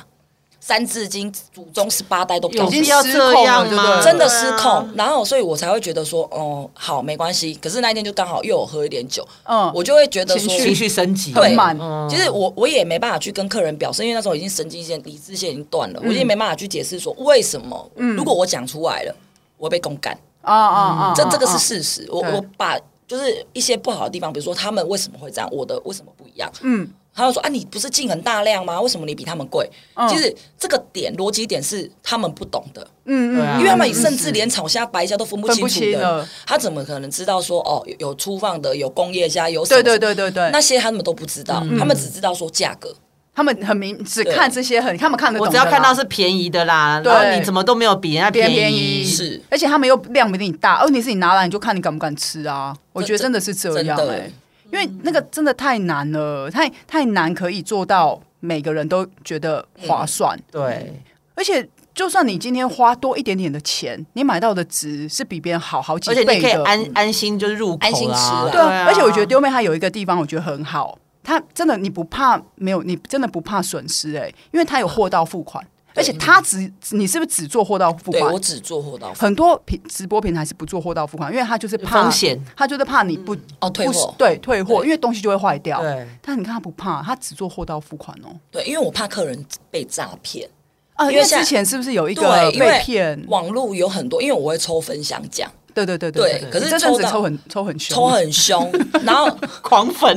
Speaker 3: 三字经》祖宗十八代都
Speaker 1: 有
Speaker 3: 搞
Speaker 1: 必
Speaker 3: 定，
Speaker 1: 要
Speaker 2: 失
Speaker 1: 这
Speaker 2: 控了
Speaker 1: 样
Speaker 2: 对不
Speaker 1: 吗？
Speaker 2: 对
Speaker 3: 真的失
Speaker 1: 对啊
Speaker 3: 控。然后，所以我才会觉得说，哦、好，没关系。可是那一天就刚好又有喝一点酒，
Speaker 2: 嗯，
Speaker 3: 我就会觉得说，
Speaker 1: 啊情绪升级，
Speaker 3: 对
Speaker 2: 很满
Speaker 1: 嗯
Speaker 3: 其实我我也没办法去跟客人表示，因为那时候已经神经线、理智线已经断了，我
Speaker 1: 嗯
Speaker 3: 已经没办法去解释说为什么。如果我讲出来了，我会被公干。
Speaker 2: 啊啊啊，
Speaker 3: 嗯这这个
Speaker 2: 啊
Speaker 3: 是事实。我
Speaker 2: 对
Speaker 3: 我把就是一些不好的地方，比如说他们为什么会这样，我的为什么不一样？
Speaker 2: 嗯，
Speaker 3: 他就说啊，你不是进很大量吗？为什么你比他们贵？其实这个点逻辑点是他们不懂的，
Speaker 2: 嗯
Speaker 1: 对啊
Speaker 2: 嗯，
Speaker 3: 因为他们甚至连炒虾、白虾都分不
Speaker 2: 分
Speaker 3: 清
Speaker 2: 不
Speaker 3: 楚
Speaker 2: 清
Speaker 3: 的
Speaker 2: 了，
Speaker 3: 他怎么可能知道说哦，有有粗放的，有工业虾，有什么
Speaker 2: 对对对对对，嗯
Speaker 3: 那些他们都不知道，他们只知道说价格。
Speaker 2: 他们很明，只看这些很，他们看得
Speaker 1: 我
Speaker 2: 懂
Speaker 1: 只
Speaker 2: 的啦，
Speaker 1: 要看到是便宜的啦，
Speaker 2: 对
Speaker 1: 然后你怎么都没有比人家
Speaker 2: 别人
Speaker 1: 便
Speaker 2: 便宜
Speaker 3: 是
Speaker 2: 而且他们又量比你大，问题是你拿来你就看你敢不敢吃啊？我觉得
Speaker 3: 这
Speaker 2: 真的是这样
Speaker 3: 真
Speaker 2: 哎、
Speaker 3: 的
Speaker 2: 因为那个真的太难了，太太难可以做到每个人都觉得划算，
Speaker 1: 对，
Speaker 2: 而且。就算你今天花多一点点的钱，你买到的值是比别人好好几
Speaker 1: 而且
Speaker 2: 倍
Speaker 1: 你可以
Speaker 2: 的。
Speaker 1: 安安心就是入口啦
Speaker 3: 安心吃啦
Speaker 2: 对啊，而且我觉得丢妹她有一个地方，我觉得很好，她真的你不怕没有，你真的不怕损失哎、因为她有货到付款，而且她只你是不是只做货到付
Speaker 3: 对
Speaker 2: 款
Speaker 3: 我？只做货到付
Speaker 2: 很多平直播平台是不做货到付款，因为他就是怕
Speaker 1: 风险，
Speaker 2: 他就是怕你不、
Speaker 3: 哦退
Speaker 2: 不
Speaker 3: 货。
Speaker 2: 对退货，因为东西就会坏掉。
Speaker 1: 对
Speaker 2: 但你看他不怕，他只做货到付款哦。
Speaker 3: 对，因为我怕客人被诈骗。
Speaker 2: 啊，
Speaker 3: 呃
Speaker 2: 因
Speaker 3: 因为
Speaker 2: 为
Speaker 3: 现在
Speaker 2: 之前是不是有一个
Speaker 3: 对，因为
Speaker 2: 被骗？
Speaker 3: 网络有很多，因为我会抽分享奖，
Speaker 2: 对对对
Speaker 3: 对
Speaker 2: 对，
Speaker 3: 可是
Speaker 2: 这阵子
Speaker 3: 抽到
Speaker 2: 抽很抽很凶，
Speaker 3: 抽很凶，然后
Speaker 1: 狂粉，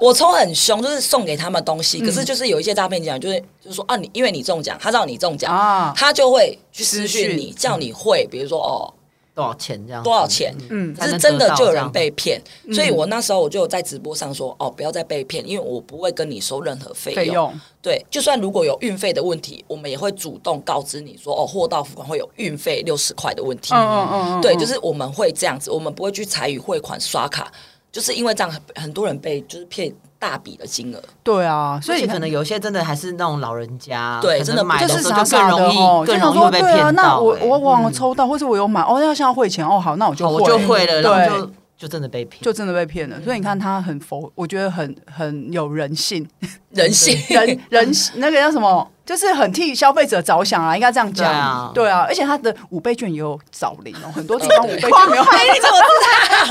Speaker 3: 我抽很凶，就是送给他们东
Speaker 2: 嗯
Speaker 3: 西，可是就是有一些诈骗奖，就是就是说啊，你因为你中奖，他知道你中奖，
Speaker 2: 啊
Speaker 3: 他就会去私
Speaker 2: 私
Speaker 3: 讯
Speaker 2: 讯
Speaker 3: 你，叫你汇，比如说哦
Speaker 1: 多少钱这样？
Speaker 3: 多少钱，
Speaker 2: 嗯
Speaker 3: 可是真的就有
Speaker 1: 才能得到
Speaker 3: 人
Speaker 1: 这样。
Speaker 3: 被骗，所以我那时候我就有在直播上说哦，不要再被骗，因为我不会跟你收任何费
Speaker 2: 费
Speaker 3: 用。
Speaker 2: 用。
Speaker 3: 对，就算如果有运费的问题，我们也会主动告知你说哦，货到付款会有运费六十块的问题。
Speaker 2: 嗯嗯嗯，嗯
Speaker 3: 对，就是我们会这样子，我们不会去采取汇款、刷卡，就是因为这样，很很多人被就是骗大笔的金额。
Speaker 2: 对啊，所
Speaker 1: 所以
Speaker 2: 以
Speaker 1: 可能有些真的还是那种老人家，
Speaker 3: 对
Speaker 1: 可能
Speaker 3: 真的
Speaker 1: 买
Speaker 2: 就
Speaker 1: 的
Speaker 2: 是
Speaker 1: 时
Speaker 2: 傻
Speaker 1: 候就更
Speaker 2: 傻的
Speaker 1: 容易、
Speaker 2: 哦，就
Speaker 1: 更
Speaker 2: 想
Speaker 1: 容易
Speaker 2: 说
Speaker 1: 会被
Speaker 2: 对
Speaker 1: 骗到、
Speaker 2: 啊，那我
Speaker 1: 哎
Speaker 2: 我忘了抽到，或是我有买哦，要现在汇钱哦，好，那我就
Speaker 1: 好我就会了，然后
Speaker 2: 对
Speaker 1: 就就真的被骗。
Speaker 2: 就真的被骗了。所以你看他很佛，我觉得很很有人性，
Speaker 3: 人性，
Speaker 2: 人 <laughs> 人那个叫什么，就是很替消费者着想啊，应该这样讲。
Speaker 1: 对啊
Speaker 2: 对而且他的五倍券也有找零
Speaker 1: <laughs>
Speaker 2: 哦，很多地方五倍券没有，
Speaker 3: 你怎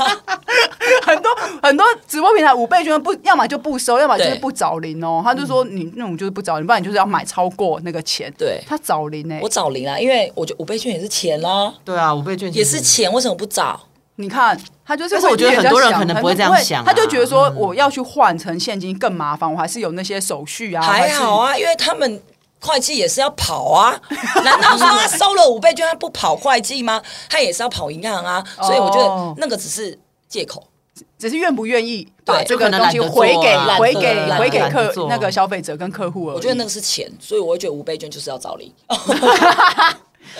Speaker 3: 么
Speaker 2: <laughs> 很多很多直播平台五倍券不，要么就不收，要么就是
Speaker 3: 对
Speaker 2: 不找零哦。他就说
Speaker 1: 嗯
Speaker 2: 你那种就是不找零，不然你就是要买超过那个
Speaker 3: <laughs>
Speaker 2: 钱。
Speaker 3: 对
Speaker 2: 他找零欸呢、
Speaker 3: 我找零啊啦，因为我觉得五倍券也是钱啦，
Speaker 1: 对啊，五倍券
Speaker 3: 也
Speaker 1: 其
Speaker 3: 是
Speaker 1: 实
Speaker 3: 钱，为什么不找？
Speaker 2: 你看，他就是
Speaker 1: 但是我觉得很多人可能
Speaker 2: 不
Speaker 1: 不会这样想啊
Speaker 2: 他就觉得说我要去换成现金更麻烦，我还是有那些手续啊，
Speaker 3: 还好
Speaker 2: 啊。
Speaker 3: 啊，因为他们会计也是要跑啊，难道说他收了五倍券他不跑会计吗？他也是要跑银行啊，所以我觉
Speaker 2: 哦
Speaker 3: 得那个只是借口。
Speaker 2: 只是愿不愿意把
Speaker 3: 对
Speaker 2: 这
Speaker 1: 就可
Speaker 2: 个
Speaker 1: 能
Speaker 2: 东西
Speaker 1: 懒得
Speaker 2: 回给
Speaker 1: 做啊
Speaker 2: 回
Speaker 3: 懒
Speaker 2: 给
Speaker 3: 得
Speaker 2: 回给
Speaker 1: 懒得
Speaker 2: 客
Speaker 1: 做
Speaker 2: 那个消费者跟客户而已。
Speaker 3: 我觉得那个是钱，所以我会觉得五倍券就是要找零。呃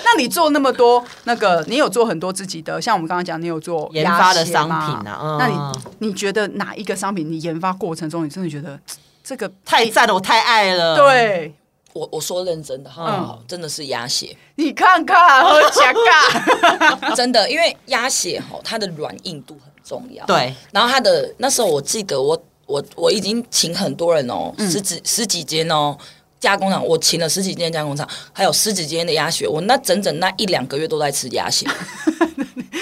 Speaker 2: 那你做那么多那个，你有做很多自己的，像我们刚刚讲，你有做
Speaker 1: 研发的
Speaker 2: 鸭血嘛
Speaker 1: 商品啊嗯
Speaker 2: 那你你觉得哪一个商品，你研发过程中，你真的觉得嘖这个
Speaker 1: 太赞了，我太爱了。，
Speaker 2: 对？
Speaker 3: 我我说认真的，哈，真的是鸭血，
Speaker 2: 你看看，喝假
Speaker 1: <laughs>
Speaker 2: 尬，
Speaker 3: 真的，因为鸭血哈，它的软硬度很重要。
Speaker 1: 对，
Speaker 3: 然后它的那时候我记得我我我已经请很多人哦，十几十几间哦。加工厂，我请了十几间加工厂，还有十几间的鸭血，我那整整那一两个月都在吃鸭 <laughs> 血，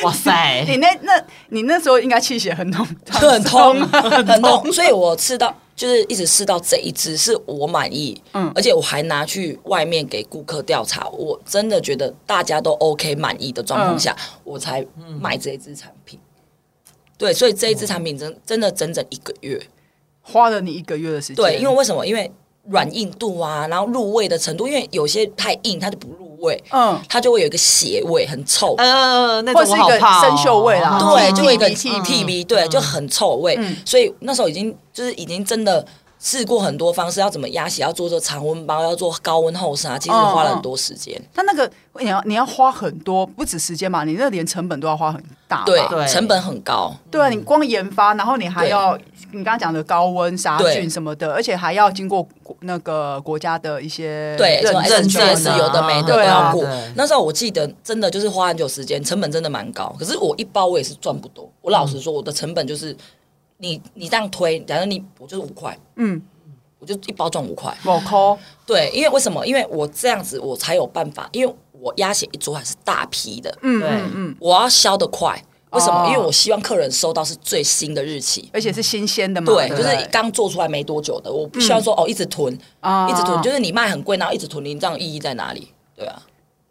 Speaker 1: 哇塞，
Speaker 2: 你那那你那时候应该气血很痛，
Speaker 3: 就很痛，很痛。所以我吃到就是一直吃到这一只是我满意，嗯，而且我还拿去外面给顾客调查，我真的觉得大家都 OK 满意的状况下，我才买这一支产品。对，所以这一支产品真真的整整一个月。
Speaker 2: 花了你一个月的时间。
Speaker 3: 对，因为为什么？因为软硬度啊，然后入味的程度，因为有些太硬它就不入味，
Speaker 2: 嗯，
Speaker 3: 它就会有一个血味，很臭。
Speaker 1: <laughs> 呃，那
Speaker 2: 或
Speaker 1: 种
Speaker 2: 是
Speaker 1: 我好
Speaker 2: 一个
Speaker 1: 怕、哦、
Speaker 2: 生锈味啦
Speaker 1: 哦
Speaker 3: 对，就会有一个
Speaker 2: TB
Speaker 3: T B，对，就很臭味。所以那时候已经就是已经真的试过很多方式，要怎么压血，要做做常温包，要做高温后杀，其实花了很多时间。
Speaker 2: 他那个你要你要花很多，不止时间嘛，你那连成本都要花很大吧。
Speaker 3: 对，
Speaker 1: 对
Speaker 3: 成本很高。
Speaker 2: 对
Speaker 1: 嗯
Speaker 2: 啊，你光研发，然后你还
Speaker 3: 对
Speaker 2: 要你刚刚讲的高温杀
Speaker 3: 对
Speaker 2: 菌什么的，而且还要经过国那个国家的一些
Speaker 3: 对，什么
Speaker 2: 认
Speaker 1: 认
Speaker 2: 证
Speaker 1: 证
Speaker 3: SGS
Speaker 1: 啊
Speaker 3: 有的没的
Speaker 2: 对
Speaker 3: 都
Speaker 2: 啊
Speaker 3: 要过
Speaker 1: 对。
Speaker 3: 那时候我记得真的就是花很久时间，成本真的蛮高。可是我一包我也是赚不多。我老实
Speaker 2: 嗯
Speaker 3: 说，我的成本就是你你这样推，假如你我就是五块，
Speaker 2: 嗯，
Speaker 3: 我就一包赚五块。
Speaker 2: 某抠
Speaker 3: 对，因为为什么？因为我这样子我才有办法，因为我鸭血一桌还是大批的，
Speaker 2: 嗯
Speaker 1: 对
Speaker 2: 嗯嗯，
Speaker 3: 我要削得快。为什么？
Speaker 2: 哦啊
Speaker 3: 因为我希望客人收到是最新的日期。
Speaker 2: 而且是新鲜的嘛，
Speaker 3: 对，
Speaker 2: 不
Speaker 3: 就是刚做出来没多久的，我不希望说、哦一直囤，
Speaker 2: 啊
Speaker 3: 一直囤，就是你卖很贵，然后一直囤，你这样意义在哪里？对啊，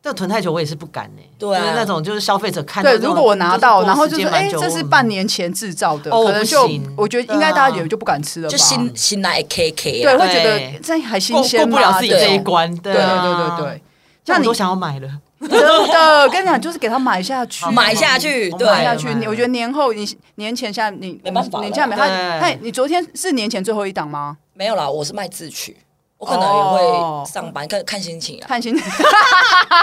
Speaker 1: 这囤太久我也是不敢呢、
Speaker 3: 对啊
Speaker 1: 就是那种就是消费者看到
Speaker 2: 对。
Speaker 1: 这种
Speaker 2: 如果我拿到，然后就是是
Speaker 1: 过时
Speaker 2: 哎，
Speaker 1: 间蛮久
Speaker 2: 这是半年前制造的，
Speaker 1: 哦
Speaker 2: 可能就
Speaker 1: 我不行啊
Speaker 2: 我觉得应该大家也就不敢吃了吧，
Speaker 3: 就新新来的 KK
Speaker 2: 对
Speaker 3: 啊，
Speaker 2: 会觉得
Speaker 1: 对
Speaker 2: 这还新
Speaker 1: 过
Speaker 2: 鲜
Speaker 1: 过
Speaker 2: 吗
Speaker 1: 不了自己这一
Speaker 2: 对
Speaker 1: 关，对
Speaker 2: 对
Speaker 1: 啊
Speaker 2: 对对对，对，
Speaker 1: 这
Speaker 2: 那
Speaker 1: 样我
Speaker 2: 你
Speaker 1: 都想要买了，啊
Speaker 2: 真的跟你讲，就是给他买下去，
Speaker 3: 买下去，
Speaker 1: 我
Speaker 3: 对，
Speaker 2: 买下去
Speaker 1: 买了，
Speaker 2: 我觉得年后你年前现在你
Speaker 3: 没办法了
Speaker 2: 年前没他
Speaker 1: 对
Speaker 2: 他你昨天是年前最后一档吗？
Speaker 3: 没有啦，我是卖自取，我可能
Speaker 2: 哦
Speaker 3: 也会上班，看看心情啊啦。
Speaker 2: 看心， <laughs>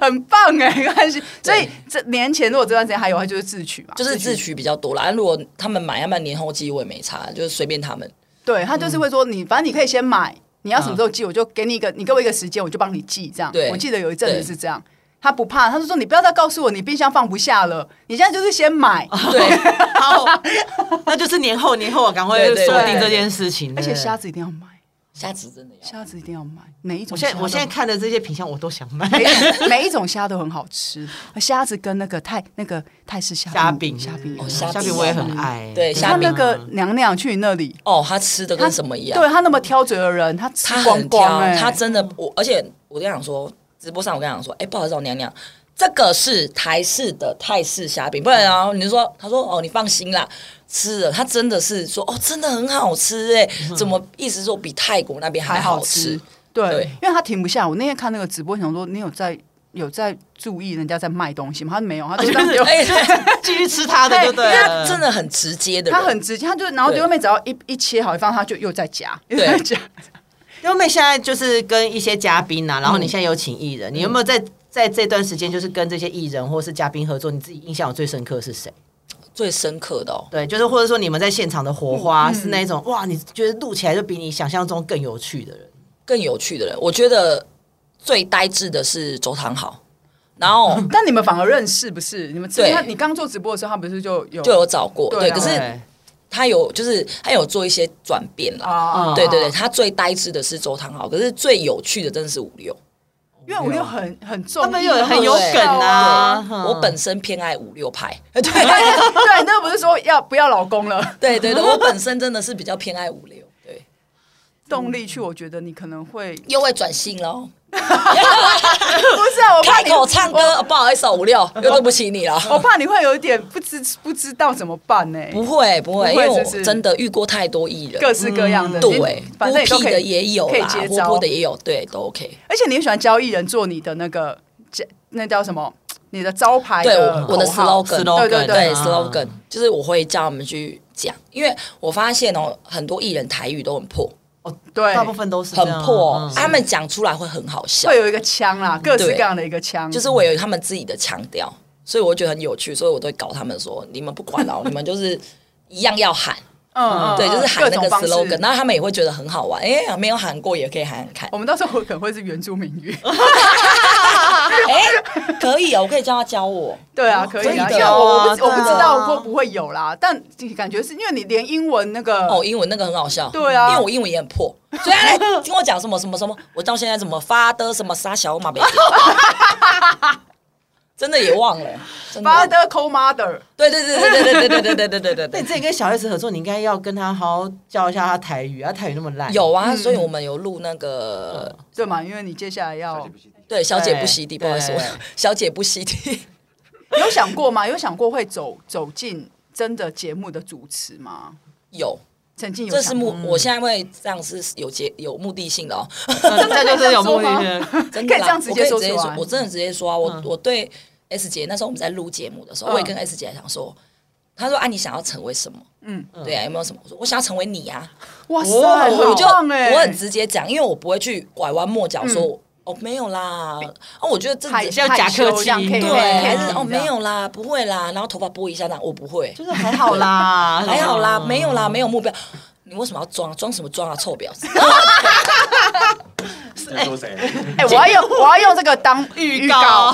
Speaker 2: 很棒哎，看心。所以这年前如果这段时间还有，他就是自取嘛，
Speaker 3: 就是自取比较多啦，啊如果他们买，要不然年后寄我也没差，就是随便
Speaker 2: <laughs>
Speaker 3: 他们。
Speaker 2: 对他就是会说
Speaker 3: 嗯
Speaker 2: 你，反正你可以先买，你要什么时候寄，我就给你一个，你给我一个时间，我就帮你寄这样
Speaker 3: 对。
Speaker 2: 我记得有一阵子是这样。他不怕，他就说：“你不要再告诉我你冰箱放不下了，你现
Speaker 3: 哎
Speaker 2: 在就是先买，
Speaker 3: 对，
Speaker 1: <laughs> 好，那就是年后年后我赶快
Speaker 3: 对对
Speaker 1: 锁
Speaker 2: 对
Speaker 1: 定这件事情。
Speaker 2: 而且
Speaker 1: 对
Speaker 2: 虾子一定要买，
Speaker 3: 虾子真的要。
Speaker 2: 虾子一定要买，每一种
Speaker 1: 我
Speaker 2: 虾
Speaker 1: 现在
Speaker 2: 都好。
Speaker 1: 我现在看的这些品相我都想买，
Speaker 2: 每
Speaker 3: <laughs>
Speaker 2: 一每一种虾都很好吃，虾子跟那个泰那个泰式虾
Speaker 1: 虾饼
Speaker 2: 虾饼也
Speaker 3: 哦
Speaker 2: 很
Speaker 3: 虾
Speaker 2: 好
Speaker 1: 虾
Speaker 2: 吃，
Speaker 1: 饼我也很爱，
Speaker 3: 对
Speaker 1: 可是
Speaker 3: 虾
Speaker 2: 像
Speaker 3: 饼
Speaker 2: 那个娘娘去你那里，
Speaker 3: 哦，他吃的
Speaker 2: 他
Speaker 3: 跟什么一样？
Speaker 2: 对他那么挑嘴的人，他吃
Speaker 3: 他
Speaker 2: 光
Speaker 3: 很挑，
Speaker 2: 光哎，
Speaker 3: 他真的我，而且我跟你讲说，直播上我跟你讲说，哎、不好意思哦，娘娘，这个是台式的泰式虾饼，不
Speaker 2: 嗯
Speaker 3: 然啊，你就说，他说哦，你放心啦，吃了，他真的是说哦，真的很好吃哎、怎么意思说比泰国那边
Speaker 2: 嗯还
Speaker 3: 好
Speaker 2: 好吃。对
Speaker 3: 对，
Speaker 2: 因为他停不下。我那天看那个直播，想说你有在有在注意人家在卖东西吗？他没有，他就这样丢
Speaker 3: 哎、
Speaker 1: <laughs>
Speaker 2: <laughs>
Speaker 1: 继续吃它的，对不对
Speaker 3: 他
Speaker 1: 了？
Speaker 3: 真的很直接的人，
Speaker 2: 他很直接，他就然后
Speaker 3: 对
Speaker 2: 丢外面只要一一切好一放，他就又在夹，又
Speaker 3: 对
Speaker 2: 在夹。
Speaker 1: 因为妹现在就是跟一些嘉宾
Speaker 2: 嗯
Speaker 1: 啊，然后你现在有请艺人，你有没有在在这段时间就是跟这些艺人或是嘉宾合作？你自己印象最深刻是谁？
Speaker 3: 最深刻的哦。
Speaker 1: 对，就是或者说你们在现场的火
Speaker 2: 嗯
Speaker 1: 花是那种哇，你觉得录起来就比你想象中更有趣的人。
Speaker 3: 更有趣的人，我觉得最呆滞的是周汤豪，
Speaker 2: <laughs>
Speaker 3: 然后
Speaker 2: 但你们反而认识不是？你们之前
Speaker 3: 对
Speaker 2: 他你刚做直播的时候，他不是就有
Speaker 3: 就有找过，
Speaker 2: 对
Speaker 3: 对，
Speaker 2: 啊
Speaker 3: 可是
Speaker 1: 对
Speaker 3: 他有就是他有做一些转变啦。
Speaker 2: 啊？
Speaker 3: 对对对，，他最呆滞的是周汤豪，可是最有趣的真的是五六。
Speaker 2: 因为五六很很重，
Speaker 1: 他们有很
Speaker 3: 对
Speaker 1: 有梗
Speaker 3: <laughs>
Speaker 1: 啊
Speaker 3: 对
Speaker 1: 嗯
Speaker 3: 我本身偏爱五六派， <laughs>
Speaker 2: 对对，那个不是说要不要老公了？
Speaker 3: 对
Speaker 2: <laughs>
Speaker 3: 对对，我本身真的是比较偏爱五六，对，
Speaker 2: 动力去，我觉得你可能会
Speaker 3: 又会转性喽，
Speaker 2: 不是啊，我怕
Speaker 3: 开
Speaker 2: 你
Speaker 3: 口唱歌，呃不好意思哦，五六又对不起你了。
Speaker 2: 我怕你会有一点不知不知道怎么办呢、
Speaker 3: 不会不会，
Speaker 2: 不
Speaker 3: 因
Speaker 2: 会
Speaker 3: 为我
Speaker 2: 是不是
Speaker 3: 真的遇过太多艺人，
Speaker 2: 各式各样的，
Speaker 3: 对，
Speaker 2: 反正你
Speaker 3: 孤
Speaker 2: 都
Speaker 3: 僻
Speaker 2: 可以
Speaker 3: 的也有
Speaker 2: 可以
Speaker 3: 啦，
Speaker 2: 接
Speaker 3: 活
Speaker 2: 招
Speaker 3: 泼的。也有，对，都 OK。
Speaker 2: 而且你也喜欢教艺人做你的那个，那叫什么？你的招牌
Speaker 3: 对，
Speaker 2: 的
Speaker 3: 我我的
Speaker 2: 口号
Speaker 3: slogan，
Speaker 1: slogan，
Speaker 3: 嗯对
Speaker 2: 对
Speaker 1: 啊
Speaker 3: slogan，就是我会叫他们去讲，因为我发现哦，很多艺人台语都很破，
Speaker 1: 哦，
Speaker 2: 对
Speaker 1: 大部分都是这
Speaker 3: 很
Speaker 1: 样啊
Speaker 3: 破哦
Speaker 1: 嗯，
Speaker 3: 他们讲出来会很好笑
Speaker 2: 会，有一个腔啦，各式各样的一个腔，
Speaker 3: 就是我有他们自己的腔调，所以我觉得很有趣，所以我都会搞他们说，你们不管了，你们就是一样要喊，
Speaker 2: <laughs> 嗯嗯，
Speaker 3: 对，就是喊
Speaker 2: 各
Speaker 3: 那
Speaker 2: 种
Speaker 3: 个
Speaker 2: 方式
Speaker 3: slogan，然后他们也会觉得很好玩，哎，没有喊过也可以喊喊看，
Speaker 2: 我们到时候可能会是原住民语，
Speaker 3: 哎，可以啊，我可以叫他教我，
Speaker 2: 对啊，可以啊，
Speaker 3: 可
Speaker 2: 因
Speaker 3: 以
Speaker 2: 为
Speaker 3: 哦的
Speaker 2: 我我不
Speaker 1: 哦
Speaker 2: 我不知
Speaker 1: 对啊
Speaker 2: 道会不会有啦，但感觉是因为你连英文那个
Speaker 3: 哦，英文那个很好笑，
Speaker 2: 对啊
Speaker 3: 因为我英文也很破，所以他来跟我讲什么什么什么，我到现在怎么发的什么杀小马没， <laughs> 真的也忘了，真的，
Speaker 2: father co mother，
Speaker 3: 对对对对对对对对对对对
Speaker 1: 那
Speaker 3: 对
Speaker 2: <laughs>
Speaker 3: 对
Speaker 2: 嗯
Speaker 1: 你。自己跟小 S 合作，你应该要跟他好好教一下他台语，他台语那么烂。
Speaker 3: 有啊，所以我们有录那个
Speaker 2: 对嘛？因为你接下来要
Speaker 3: 对小姐不吸地，不
Speaker 1: 对
Speaker 3: 好意思，我
Speaker 1: 对
Speaker 3: 小姐不吸地， <laughs>
Speaker 2: 有想过吗？有想过会走走进真的节目的主持吗？
Speaker 3: 有，
Speaker 2: 曾经有
Speaker 3: 这是
Speaker 2: 想过
Speaker 3: 目，我现在会这样是有节有目的性的哦，
Speaker 1: 嗯，这就是有目的性的。
Speaker 3: 真的
Speaker 2: 可以这
Speaker 3: 啦，
Speaker 2: 样直接
Speaker 3: 我
Speaker 2: 说
Speaker 3: 可以
Speaker 2: 出
Speaker 3: 直接
Speaker 2: 来
Speaker 3: 说，我真的直接说啊，我、我对 S 姐那时候我们在录节目的时候，
Speaker 2: 嗯
Speaker 3: 我也跟 S 姐讲说，她说啊，你想要成为什么？
Speaker 2: 嗯，
Speaker 3: 对啊，有没有什么？我说我想要成为
Speaker 2: <laughs>
Speaker 3: 你啊，
Speaker 2: 哇塞，
Speaker 1: 哇
Speaker 2: 好
Speaker 3: 我就
Speaker 2: 棒欸嗯
Speaker 3: 我很直接讲，因为我不会去拐弯抹角说、哦没有啦，哦我觉得这
Speaker 2: 害
Speaker 1: 像假客气
Speaker 2: 害羞这样可以
Speaker 3: 对，
Speaker 1: 对
Speaker 2: 可以
Speaker 3: 还
Speaker 2: 这
Speaker 3: 是
Speaker 2: 样
Speaker 3: 哦没有啦，不会啦，然后头发拨一下那样我不会，
Speaker 1: <laughs> 就是还好啦，
Speaker 3: <laughs>
Speaker 1: 嗯
Speaker 3: 还好啦，没有啦，没有目标。你为什么要装？装什么装啊，臭婊子！然后
Speaker 4: 在说谁？
Speaker 2: 哎，我要用我要用这个
Speaker 3: <laughs>
Speaker 2: 当预告，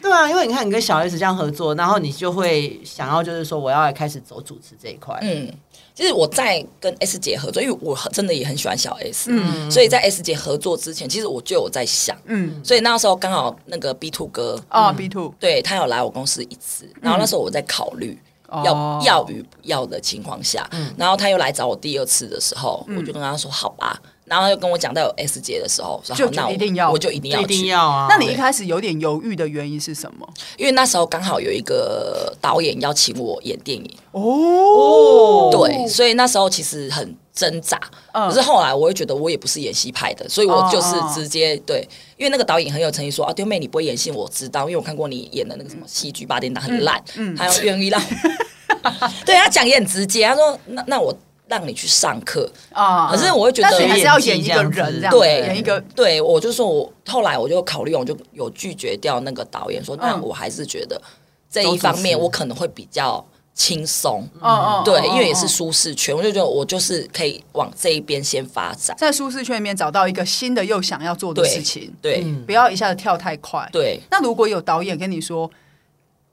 Speaker 1: 对啊，因为你看你跟小 S 这样合作，然后你就会想要就是说我要开始走主持这一块。
Speaker 3: 嗯，其实我在跟 S 姐合作，因为我很真的也很喜欢小 S，嗯，所以在 S 姐合作之前，其实我就有在想，
Speaker 2: <laughs> 嗯，
Speaker 3: 所以那时候刚好那个 B Two 哥，
Speaker 2: 啊，B two
Speaker 3: 对他有来我公司一次，然后那时候我在考虑
Speaker 2: 哦
Speaker 3: 要、要与不要的情况下，然后他又来找我第二次的时候，我就跟他说好吧，然后他又跟我讲到有 S 姐的时候，说
Speaker 2: 就
Speaker 3: 好那我
Speaker 2: 一定要
Speaker 3: 我就一定要
Speaker 1: 一
Speaker 3: 去，
Speaker 1: 定要啊！
Speaker 2: 那你一开始有点犹豫的原因是什么？
Speaker 3: 因为那时候刚好有一个导演要请我演电影，
Speaker 2: 哦，
Speaker 3: 对，所以那时候其实很挣扎。
Speaker 2: 嗯
Speaker 3: 可是后来我会觉得我也不是演戏派的，所以我就是
Speaker 2: 哦哦
Speaker 3: 直接、对，因为那个导演很有诚意说啊，丢妹你不会演戏，我知道，因为我看过你演的那个什么戏剧八点档很烂，
Speaker 2: 嗯
Speaker 3: 他要愿
Speaker 2: <laughs>
Speaker 3: 意让我，对他讲也很直接，他说那那我让你去上课，
Speaker 2: 啊，
Speaker 3: 可是我会觉得
Speaker 2: 但是你还是要演一个
Speaker 1: 演技
Speaker 2: 人
Speaker 1: 这样子
Speaker 2: 这样子，
Speaker 3: 对嗯
Speaker 2: 演一个
Speaker 3: 对我就说我后来我就考虑，我就有拒绝掉那个导演说，那
Speaker 2: 嗯
Speaker 3: 我还是觉得这一方面我可能会比较轻松，
Speaker 2: 嗯嗯，
Speaker 3: 对
Speaker 2: 嗯，
Speaker 3: 因为也是。
Speaker 2: 嗯嗯
Speaker 3: 舒适圈，我就觉得我就是可以往这一边先发展。
Speaker 2: 在舒适圈里面找到一个新的又想要做的
Speaker 3: 对
Speaker 2: 事情，
Speaker 3: 对、
Speaker 1: 嗯
Speaker 2: 不要一下子跳太快。
Speaker 3: 对，
Speaker 2: 那如果有导演跟你说，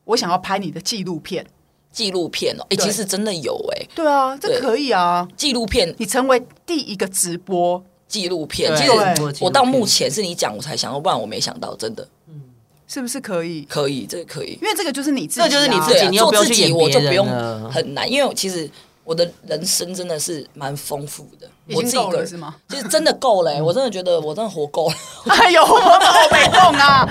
Speaker 2: 我想要拍你的纪录片，
Speaker 3: 纪录片哦，哎、
Speaker 2: 对
Speaker 3: 其实真的有哎、
Speaker 2: 对啊，这
Speaker 3: 对
Speaker 2: 可以啊，
Speaker 3: 纪录片，
Speaker 2: 你成为第一个直播
Speaker 3: 纪录片，
Speaker 1: 对
Speaker 3: 其
Speaker 2: 对
Speaker 1: 做纪录
Speaker 3: 实
Speaker 1: 片
Speaker 3: 我到目前是你讲我才想到，不然我没想到，真的
Speaker 2: 是不是可以？
Speaker 3: 可以，这个可以，
Speaker 2: 因为这个就是你自己啊、
Speaker 1: 这就是你自己
Speaker 3: 对
Speaker 1: 又
Speaker 3: 啊，
Speaker 1: 不用
Speaker 3: 做自
Speaker 1: 去演
Speaker 3: 己我就
Speaker 1: 别人
Speaker 3: 不用
Speaker 1: 了
Speaker 3: 很难，因为我其实我的人生真的是蛮丰富的，
Speaker 2: 已
Speaker 3: 我
Speaker 2: 经
Speaker 3: 自己
Speaker 2: 够
Speaker 3: 一个
Speaker 2: 了
Speaker 3: 人
Speaker 2: 是吗？ <laughs>
Speaker 3: 其实真的够了
Speaker 1: 嗯
Speaker 3: 欸、我真的觉得我真的活够
Speaker 1: <laughs>
Speaker 3: 了，
Speaker 2: 哎呦，我好没动啊！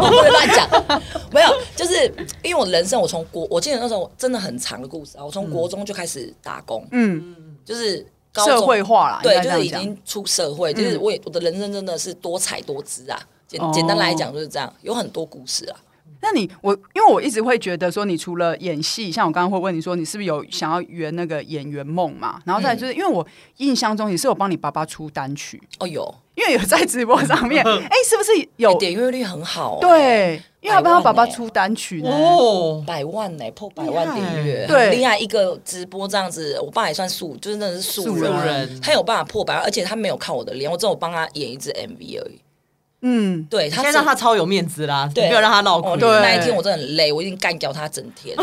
Speaker 3: 我不会乱讲，没有，就是因为我人生，我从国，我记得那时候真的很长的故事啊，我从国中就开始打工，
Speaker 2: 嗯，
Speaker 3: <laughs> 就是高中
Speaker 2: 社会化啦，
Speaker 3: 对，
Speaker 2: 应该
Speaker 3: 就
Speaker 2: 这样
Speaker 3: 是已
Speaker 2: 讲嗯
Speaker 3: 经出社会，就是我也我的人生真的是多彩多姿啊。简简单来讲就是这样，有很多故事啊。
Speaker 2: 那你我，因为我一直会觉得说，你除了演戏，像我刚刚会问你说，你是不是有想要圆那个演员梦嘛？然后再来
Speaker 1: 嗯
Speaker 2: 就是，因为我印象中你是有帮你爸爸出单曲，
Speaker 3: 哦有，
Speaker 2: 因为有在直播上面，
Speaker 1: 嗯
Speaker 2: 哎、是不是有
Speaker 3: 哎？点阅率很好、哦，，
Speaker 2: 对，因为他帮他爸爸
Speaker 3: 百万欸
Speaker 2: 出单曲呢。
Speaker 1: 哦，
Speaker 3: 百万呢、破百万点阅，
Speaker 2: 对
Speaker 3: 很厉害一个直播这样子，我爸也算素，就是真的是素人，
Speaker 2: 素
Speaker 1: 人
Speaker 3: 他有办法破百万，而且他没有看我的脸，我只有帮他演一支 MV 而已。
Speaker 2: 嗯，
Speaker 3: 对他
Speaker 1: 现在
Speaker 3: 是
Speaker 1: 让他超有面子啦，你
Speaker 3: 对
Speaker 1: 不要让他闹亏。
Speaker 3: 哦
Speaker 2: 对
Speaker 3: 那一天我真的很累，我已经干掉他整
Speaker 2: <laughs>
Speaker 3: 天，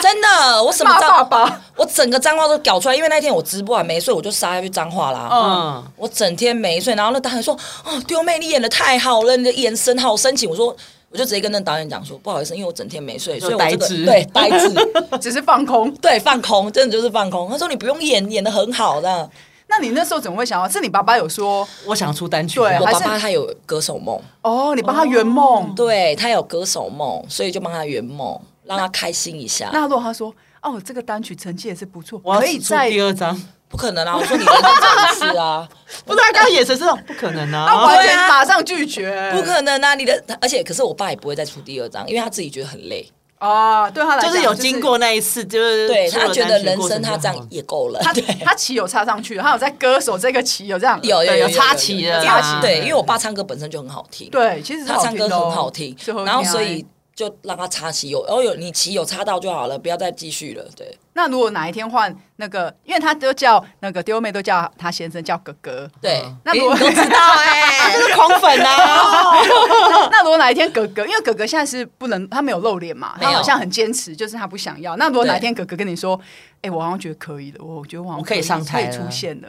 Speaker 3: 真的，我什么
Speaker 2: 骂爸
Speaker 3: 脏，
Speaker 2: 爸，
Speaker 3: 我整个脏话都搞出来，因为那天我直播完没睡，我就杀下去脏话啦。
Speaker 1: 嗯，
Speaker 3: 我整天没睡，然后那导演说：“哦，丢妹，你演的太好了，你的眼神好深情。”我说：“我就直接跟那导演讲说，不好意思，因为我整天没睡，所以我这
Speaker 1: 呆
Speaker 3: 个
Speaker 1: 滞
Speaker 3: 对呆滞， <laughs>
Speaker 2: 只是放空。
Speaker 3: 对放空，真的就是放空。”他说：“你不用演，演的很好的。
Speaker 2: 那你那时候怎么会想要？是你爸爸有说
Speaker 1: 我想出单曲，
Speaker 2: 对”
Speaker 3: 我
Speaker 2: 还
Speaker 3: 爸
Speaker 2: 是
Speaker 3: 爸他有歌手梦，
Speaker 2: 哦，你帮他圆梦？
Speaker 3: 对他有歌手梦，所以就帮他圆梦，让他开心一下。
Speaker 2: 那如果他说哦，这个单曲成绩也是不错，
Speaker 1: 我要
Speaker 2: 可以
Speaker 1: 出
Speaker 2: 再
Speaker 1: 第二张。
Speaker 3: 不可能啊！我说你人生这一次啊，
Speaker 1: 不是，他刚刚眼神是那种不可能
Speaker 2: 他
Speaker 1: 啊，
Speaker 2: 完全马上拒绝，
Speaker 3: 不可能啊！你的，而且可是我爸也不会再出第二张，因为他自己觉得很累，
Speaker 2: 啊！对他来
Speaker 1: 就
Speaker 2: 讲
Speaker 1: 是有经。过那一次，就是
Speaker 3: 对
Speaker 1: 出了
Speaker 3: 他觉得
Speaker 1: 单曲
Speaker 3: 人
Speaker 1: 过程
Speaker 3: 生
Speaker 1: 就
Speaker 3: 他
Speaker 1: 好
Speaker 3: 这样也够了。
Speaker 2: 他
Speaker 3: <laughs> 对
Speaker 2: 他旗有插上去，他有在歌手这个旗有这样
Speaker 3: 有有
Speaker 1: 对有
Speaker 3: 有
Speaker 1: 插啊旗的
Speaker 3: 插
Speaker 1: 啦
Speaker 3: 旗。对，因为我爸唱歌本身就很好听，
Speaker 2: 对，其实是
Speaker 3: 他唱歌
Speaker 2: 听的哦
Speaker 3: 很好听
Speaker 2: 是好，
Speaker 3: 然后
Speaker 2: 听啊
Speaker 3: 所以就让他插旗有，然后有你旗有插到就好了，不要再继续了。
Speaker 1: 嗯
Speaker 3: 对
Speaker 2: 那如果哪一天换那个，因为他都叫那个丢妹都叫他先生叫哥哥，
Speaker 3: 对，
Speaker 2: 那
Speaker 3: 你
Speaker 2: 如果
Speaker 1: <laughs>
Speaker 2: <laughs>
Speaker 3: 你都知道哎，
Speaker 1: 这是狂粉啊！
Speaker 2: 那那如果哪一天哥哥，因为哥哥现在是不能，他没有露脸嘛，
Speaker 3: 没有
Speaker 2: 他好像很坚持，就是他不想要。那如果哪一天哥哥跟你说，哎，我好像觉得可以了，我觉得我好像
Speaker 1: 我可以上台
Speaker 2: 可以
Speaker 1: 了
Speaker 2: 出现了。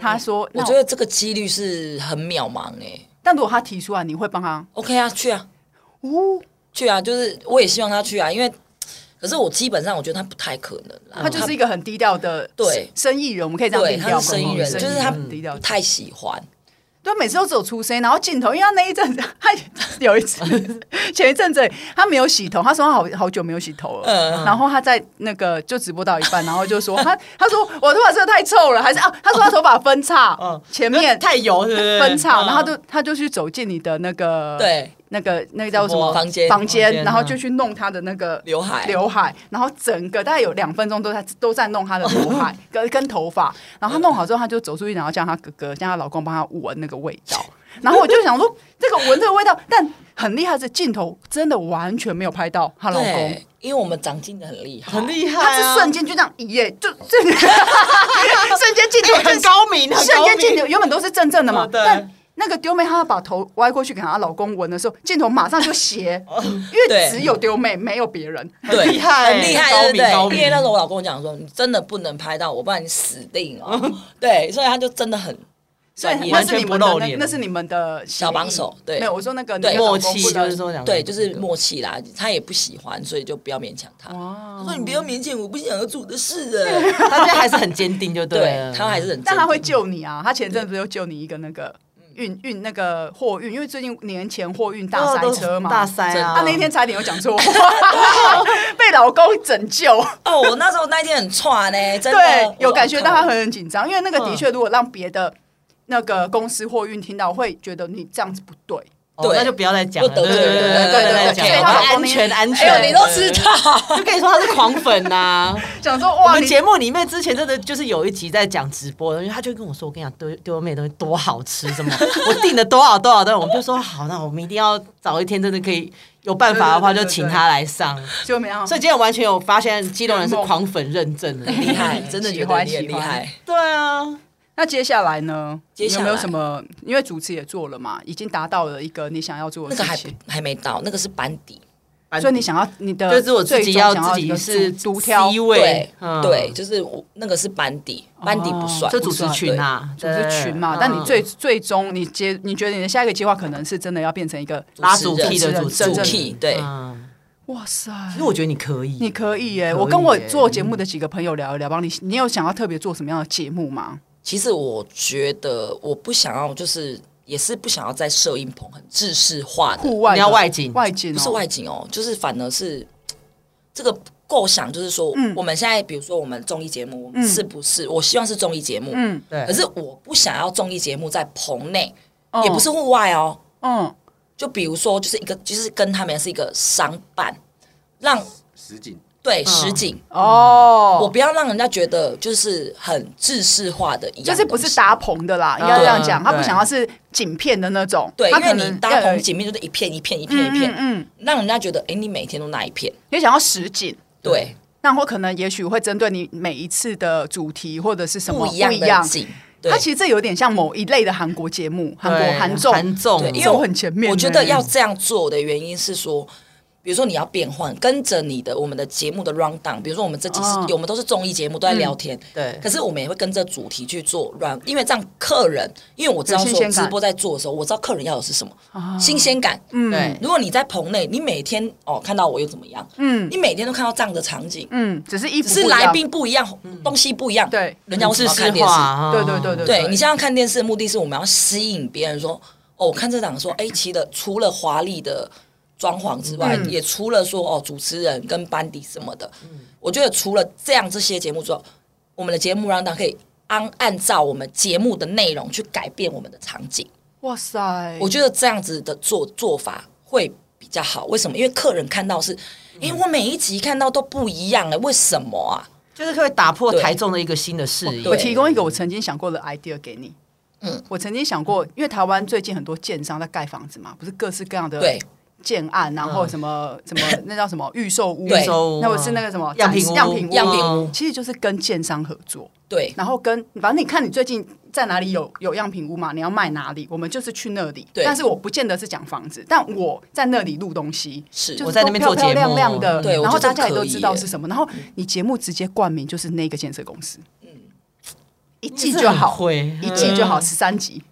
Speaker 2: 他说，
Speaker 3: 嗯我
Speaker 2: 那
Speaker 3: 觉得这个几率是很渺茫哎。
Speaker 2: 但如果他提出来，你会帮他？
Speaker 3: OK 啊，去啊，
Speaker 2: 哦，
Speaker 3: 去啊，就是我也希望他去啊，因为可是我基本上我觉得他不太可能啦，
Speaker 2: 他就是一个很低调的
Speaker 3: 嗯对
Speaker 2: 生意人，我们可以这样
Speaker 3: 对
Speaker 2: 定调
Speaker 3: 他是生意人，
Speaker 2: 嘛
Speaker 3: 就是他
Speaker 2: 很低调
Speaker 3: 不。太喜欢。
Speaker 2: 对，每次都只有出声，然后镜头，因为他那一阵子， <laughs> 他有一次，前一阵子他没有洗头，他说他好好久没有洗头了，
Speaker 3: 嗯
Speaker 2: 然后他在那个就直播到一半，然后就说 <laughs> 他他说我头发真的太臭了，还是啊，他说他头发分
Speaker 3: <laughs>
Speaker 2: 叉，
Speaker 3: 哦
Speaker 1: 嗯
Speaker 2: 前面
Speaker 1: 太油是不是？
Speaker 2: 分叉，
Speaker 1: 嗯
Speaker 2: 然后他就他就去走进你的那个
Speaker 3: 对，
Speaker 2: 那个那个叫什么
Speaker 3: 房间
Speaker 2: 房
Speaker 1: 房
Speaker 2: 间，
Speaker 1: 间
Speaker 2: 然后
Speaker 1: 嗯
Speaker 2: 就去弄他的那个
Speaker 3: 刘海
Speaker 2: 刘海，然后整个大概有两分钟都在都在弄他的刘海跟跟头发，然后他弄好之后，他就走出去，然后叫他哥哥叫他老公帮他闻那个味道，然后我就想说这个闻这个味道，但很厉害是镜头真的完全没有拍到她老公。
Speaker 3: 对，因为我们长进的很厉害，
Speaker 1: 很厉害啊，
Speaker 2: 他是瞬间就这样一夜就瞬间瞬间镜头
Speaker 1: 哎
Speaker 2: 就
Speaker 1: 很高 <laughs> 明，很
Speaker 2: 瞬
Speaker 1: 高
Speaker 2: 间
Speaker 1: 明
Speaker 2: 镜头原本都是正正的嘛，
Speaker 1: 嗯对
Speaker 2: 但那个丢妹她把头歪过去给她老公闻的时候，镜头马上就斜，
Speaker 1: 哦
Speaker 2: 因为
Speaker 3: 对
Speaker 2: 只有丢妹没有别
Speaker 1: <laughs>
Speaker 2: 人。
Speaker 3: 对，
Speaker 1: 很厉害
Speaker 3: 很厉害，
Speaker 1: 高
Speaker 3: 对
Speaker 1: 明高
Speaker 3: 不对？
Speaker 1: 明
Speaker 3: 因为那时候我老公讲说，你真的不能拍到我，不然你死定哦。对，所以他就真的很
Speaker 2: 所以
Speaker 3: 专业
Speaker 2: 那
Speaker 1: 完
Speaker 2: 是
Speaker 1: 全
Speaker 2: 你
Speaker 1: 不
Speaker 2: 们的
Speaker 1: 露
Speaker 2: 那
Speaker 1: 脸
Speaker 2: 那是你们的
Speaker 3: 小帮手
Speaker 2: 协议
Speaker 3: 对
Speaker 2: 没有我说那个
Speaker 3: 对
Speaker 2: 你跟老
Speaker 1: 默
Speaker 2: 公不
Speaker 1: 契
Speaker 2: 能
Speaker 1: 就是说两个
Speaker 3: 对，
Speaker 1: 人
Speaker 3: 就是默契啦。他也不喜欢，所以就不要勉强他。他说你不要勉强我不想要做的事啊。
Speaker 1: 他现在还是很坚定，就
Speaker 3: 对
Speaker 1: 了。
Speaker 3: 他还是很，
Speaker 2: 但他会。救你啊！他前阵子又救你一个那个运运那个货运，因为最近年前货运大塞车
Speaker 1: 哦
Speaker 2: 嘛，
Speaker 1: 大塞啊！
Speaker 2: 他那天差点有讲错话，
Speaker 1: <laughs>
Speaker 2: <laughs> 被老公拯救。
Speaker 3: 哦，我那时候那一天很串呢，真
Speaker 2: 对
Speaker 3: 的，
Speaker 2: 有感觉到他
Speaker 3: 我
Speaker 2: 很很紧张，因为那个
Speaker 1: 嗯
Speaker 2: 的确，如果让别的那个公司货运听到，会觉得你这样子不对。
Speaker 1: 哦
Speaker 3: 对
Speaker 1: 那就不要再讲了，
Speaker 3: 不得罪
Speaker 1: 对对
Speaker 3: 人
Speaker 1: 对对
Speaker 3: 对
Speaker 1: 对，
Speaker 3: 对
Speaker 1: 讲
Speaker 3: 所以
Speaker 1: 了
Speaker 3: 他
Speaker 1: 好
Speaker 3: 老
Speaker 2: 公
Speaker 1: 安全安
Speaker 3: 靠哎呦，
Speaker 1: 全，
Speaker 3: 你都知道，
Speaker 1: 就跟你说他是狂粉呐。
Speaker 2: 想说
Speaker 1: 我
Speaker 2: 哇，
Speaker 1: 们
Speaker 2: 你
Speaker 1: 节目里面之前真的就是有一集在讲直播，因为他就跟我说：“我跟你讲，丢丢妹的东西多好吃，什么 <laughs> 我订了多少多少多少。”我们就说：“好，那我们一定要找一天真的可以有办法的话，
Speaker 2: 对对
Speaker 1: 就
Speaker 2: 对对
Speaker 1: 请他来上。”
Speaker 2: 就没有
Speaker 1: 所以今天我完全有发现，激动人是狂粉认证的，
Speaker 3: 厉
Speaker 2: <laughs>
Speaker 3: 害，真的觉
Speaker 2: 喜欢
Speaker 3: 得你很厉
Speaker 2: 喜欢
Speaker 3: 害。
Speaker 1: 对啊，
Speaker 2: 那接下来呢？
Speaker 3: 接下来
Speaker 2: 你有没有什么？因为主持也做了嘛，已经达到了一个你想要做
Speaker 3: 那
Speaker 2: 的
Speaker 3: 个还
Speaker 2: 事
Speaker 3: 不
Speaker 2: 情，
Speaker 3: 还没到，那个是班底，
Speaker 2: 所以你想要你
Speaker 1: 就
Speaker 2: 的
Speaker 1: 是我自己
Speaker 2: 最终想
Speaker 1: 自
Speaker 2: 一
Speaker 1: 己
Speaker 2: 个
Speaker 1: 是
Speaker 2: 独独挑
Speaker 1: C
Speaker 3: 对
Speaker 1: 位，嗯
Speaker 3: 对，，就是我那个是班底，班底不算，
Speaker 1: 就
Speaker 3: 不
Speaker 1: 主持
Speaker 3: 算
Speaker 1: 群啊，
Speaker 2: 组织群嘛。
Speaker 1: 对
Speaker 2: 但你
Speaker 1: 嗯
Speaker 2: 最最终你接，你觉得你的下一个计划可能是真的要变成一个
Speaker 1: 拉主
Speaker 3: 持
Speaker 1: 题的
Speaker 2: 人
Speaker 1: 主持
Speaker 2: 真正
Speaker 1: 人
Speaker 2: 的
Speaker 3: 题对
Speaker 1: 嗯
Speaker 2: 哇塞！
Speaker 1: 其实我觉得你可以，
Speaker 2: 你可以耶、
Speaker 1: 可以
Speaker 2: 我跟我
Speaker 1: 耶
Speaker 2: 做节目的几个朋友聊一聊，帮你。你有想要特别做什么样的节目吗？
Speaker 3: 其实我觉得我不想要，就是也是不想要在摄影棚很制式化的，
Speaker 2: 户外的
Speaker 1: 你要外景
Speaker 2: 外景、哦、
Speaker 3: 不是外景哦，就是反而是这个构想，就是说、我们现在比如说我们综艺节目，是不是？我希望是综艺节目，
Speaker 2: 嗯
Speaker 1: 对，
Speaker 3: 可是我不想要综艺节目在棚内，
Speaker 2: 嗯
Speaker 3: 也不是户外哦。
Speaker 2: 嗯，
Speaker 3: 就比如说，就是一个，就是跟他们是一个商办，让
Speaker 4: 实景
Speaker 3: 对实景，我
Speaker 2: 哦，
Speaker 3: 不要让人家觉得就是很制式化的一样东
Speaker 2: 就
Speaker 3: 西，
Speaker 2: 是不是搭棚的啦，应该这样讲，他不想要是景片的那种，
Speaker 3: 嗯对，
Speaker 2: 他
Speaker 3: 因为
Speaker 2: 可
Speaker 3: 你
Speaker 2: 能
Speaker 3: 搭
Speaker 2: 要有
Speaker 3: 棚景面就是一片一片一片一
Speaker 2: 嗯
Speaker 3: 片，
Speaker 2: 嗯，
Speaker 3: 让人家觉得哎、诶你每天都那一片，
Speaker 2: 也想要实景。
Speaker 3: 对，
Speaker 2: 那或可能也许会针对你每一次的主题或者是什么
Speaker 3: 不一样的景，对
Speaker 2: 它。其实这有点像某一类的韩国节目，韩
Speaker 1: 对
Speaker 2: 国韩综，
Speaker 1: 韩综
Speaker 3: 对，因为
Speaker 2: 哦走
Speaker 3: 我
Speaker 2: 很前面
Speaker 3: 我觉
Speaker 2: 呢
Speaker 3: 得要这样做的原因是说，比如说你要变换，跟着你的我们的节目的 round down，比如说我们这几十，
Speaker 2: 哦
Speaker 3: 我们都是综艺节目，都在
Speaker 2: 嗯
Speaker 3: 聊天。
Speaker 1: 对
Speaker 3: 可是我们也会跟着主题去做 round，因为这样客人，因为我知道
Speaker 2: 有新鲜
Speaker 3: 说
Speaker 2: 感啊
Speaker 3: 直播在做的时候，我知道客人要的是什么，新鲜感。嗯，
Speaker 1: 对
Speaker 3: 如果你在棚内，你每天哦看到我又怎么样？
Speaker 2: 嗯
Speaker 3: 你每天都看到这样的场景，
Speaker 2: 嗯，只是衣服
Speaker 3: 只是
Speaker 2: 不一样嗯
Speaker 3: 来宾不一样，东西不一样，
Speaker 2: 对
Speaker 3: 人家为什嗯么要看
Speaker 1: 制式
Speaker 3: 电视？
Speaker 1: 化，
Speaker 2: 对对对
Speaker 1: 对，
Speaker 2: 对
Speaker 3: 对你想想看电视的目的是我们要吸引别人说，哦，我看这档说，哎，其的除了华丽的装潢之外，
Speaker 2: 嗯
Speaker 3: 也除了说哦主持人跟班底什么的，我觉得除了这样这些节目之后，我们的节目让大家可以按按照我们节目的内容去改变我们的场景，
Speaker 2: 哇塞，
Speaker 3: 我觉得这样子的做做法会。比较好，为什么？因为客人看到是，
Speaker 2: 嗯
Speaker 3: 哎、我每一集看到都不一样哎、为什么啊？
Speaker 1: 就是会打破
Speaker 3: 对
Speaker 1: 台中的一个新的视野。
Speaker 2: 我
Speaker 3: 对
Speaker 2: 提供一个我曾经想过的 idea 给你。嗯
Speaker 3: 嗯，
Speaker 2: 我曾经想过，因为台湾最近很多建商在盖房子嘛，不是各式各样的
Speaker 3: 对
Speaker 2: 建案，然后什么什么那叫什么预售屋，
Speaker 3: 对
Speaker 1: 嗯
Speaker 3: 预
Speaker 1: 售屋啊
Speaker 2: 那我是那个什么
Speaker 1: 样品
Speaker 2: 展
Speaker 1: 屋
Speaker 2: 样品屋，
Speaker 3: 样品
Speaker 1: 屋
Speaker 2: 其实就是跟建商合作，
Speaker 3: 对，
Speaker 2: 然后跟反正你看你最近在哪里有有样品屋嘛，你要卖哪里，我们就是去那里。
Speaker 3: 对
Speaker 2: 但是我不见得是讲房子，但我在那里录东西，
Speaker 3: 是
Speaker 2: 就是
Speaker 1: 我在那边
Speaker 2: 都
Speaker 1: 做
Speaker 2: 漂漂
Speaker 1: 节
Speaker 2: 亮
Speaker 1: 目
Speaker 2: 亮的，
Speaker 3: 对我
Speaker 2: 然后
Speaker 3: 觉
Speaker 2: 大
Speaker 3: 得
Speaker 2: 家也
Speaker 3: 可
Speaker 2: 都
Speaker 3: 以
Speaker 2: 知道
Speaker 3: 耶
Speaker 2: 是什么，
Speaker 1: 嗯
Speaker 2: 然后你节目直接冠名就是那个建设公司，一季就好，
Speaker 1: 会嗯
Speaker 2: 一季就好，十三集，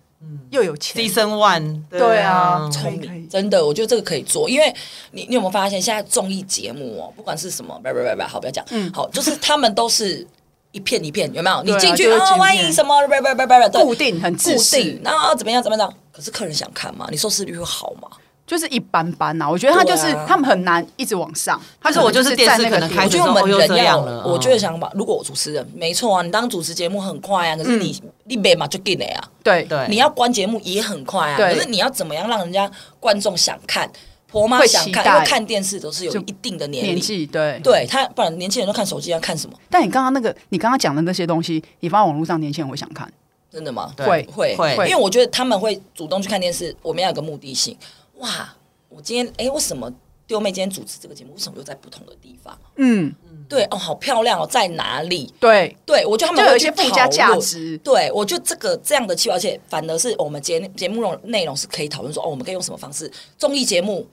Speaker 2: 又有钱，
Speaker 1: season one，
Speaker 2: 对啊
Speaker 3: 聪
Speaker 2: 可以可以
Speaker 3: 明，真的，我觉得这个可以做，因为你你有没有发现，现在综艺节目哦，不管是什么，拜拜拜拜，好，不要讲，好，就是他们都是一片一片，有没有？
Speaker 2: 嗯对
Speaker 3: 你
Speaker 2: 啊
Speaker 3: 进去
Speaker 2: 就是
Speaker 3: 哦
Speaker 2: 剪，
Speaker 3: 欢
Speaker 2: 片
Speaker 3: 迎什么，拜拜拜拜拜，对
Speaker 2: 固定很自
Speaker 3: 固定
Speaker 2: 信，，
Speaker 3: 然后哦怎么样怎么样？可是客人想看吗？你收视率会好吗？
Speaker 2: 就是一般般呐、我觉得他就是、
Speaker 3: 对啊
Speaker 2: 他们很难一直往上，他
Speaker 1: 就是我
Speaker 2: 就
Speaker 1: 就是
Speaker 2: 在
Speaker 1: 电视
Speaker 2: 那个
Speaker 1: 可能
Speaker 2: 地
Speaker 1: 开
Speaker 2: 方
Speaker 3: 我
Speaker 1: 始
Speaker 3: 觉得我们
Speaker 1: 哦又
Speaker 3: 人
Speaker 1: 这
Speaker 3: 要
Speaker 1: 样了，
Speaker 3: 我觉得想法，如果我主持人，没错啊，你当主持节目很快啊，可是你你别嘛就进来啊，
Speaker 2: 嗯对
Speaker 1: 对，
Speaker 3: 你要关节目也很快啊，
Speaker 2: 对
Speaker 3: 可是你要怎么样让人家观众想看？婆妈
Speaker 2: 会
Speaker 3: 想
Speaker 2: 期
Speaker 3: 看，
Speaker 2: 待
Speaker 3: 因为看电视都是有
Speaker 2: 就
Speaker 3: 一定的年
Speaker 2: 年
Speaker 3: 龄，
Speaker 2: 纪对。
Speaker 3: 对他，不然年轻人都看手机，要看什么？
Speaker 2: 但你刚刚那个你刚刚讲的那些东西，你放在网络上，年轻人会想看，
Speaker 3: 真的吗？
Speaker 1: 对
Speaker 2: 会
Speaker 3: 会
Speaker 1: 会
Speaker 3: 因为我觉得他们会主动去看电视，我们要有个目的性。哇，我今天哎，为什么丢妹今天主持这个节目？为什么又在不同的地方？
Speaker 2: 嗯，
Speaker 3: 对哦，好漂亮哦，在哪里？
Speaker 2: 对，
Speaker 3: 对，我觉得他
Speaker 2: 就有
Speaker 3: 们会
Speaker 2: 一些
Speaker 3: 去
Speaker 2: 附加价
Speaker 3: 讨论。
Speaker 2: 值。
Speaker 3: 对，我觉得这个这样的计划，而且反而是我们节节目容内容是可以讨论说，哦，我们可以用什么方式？综艺节目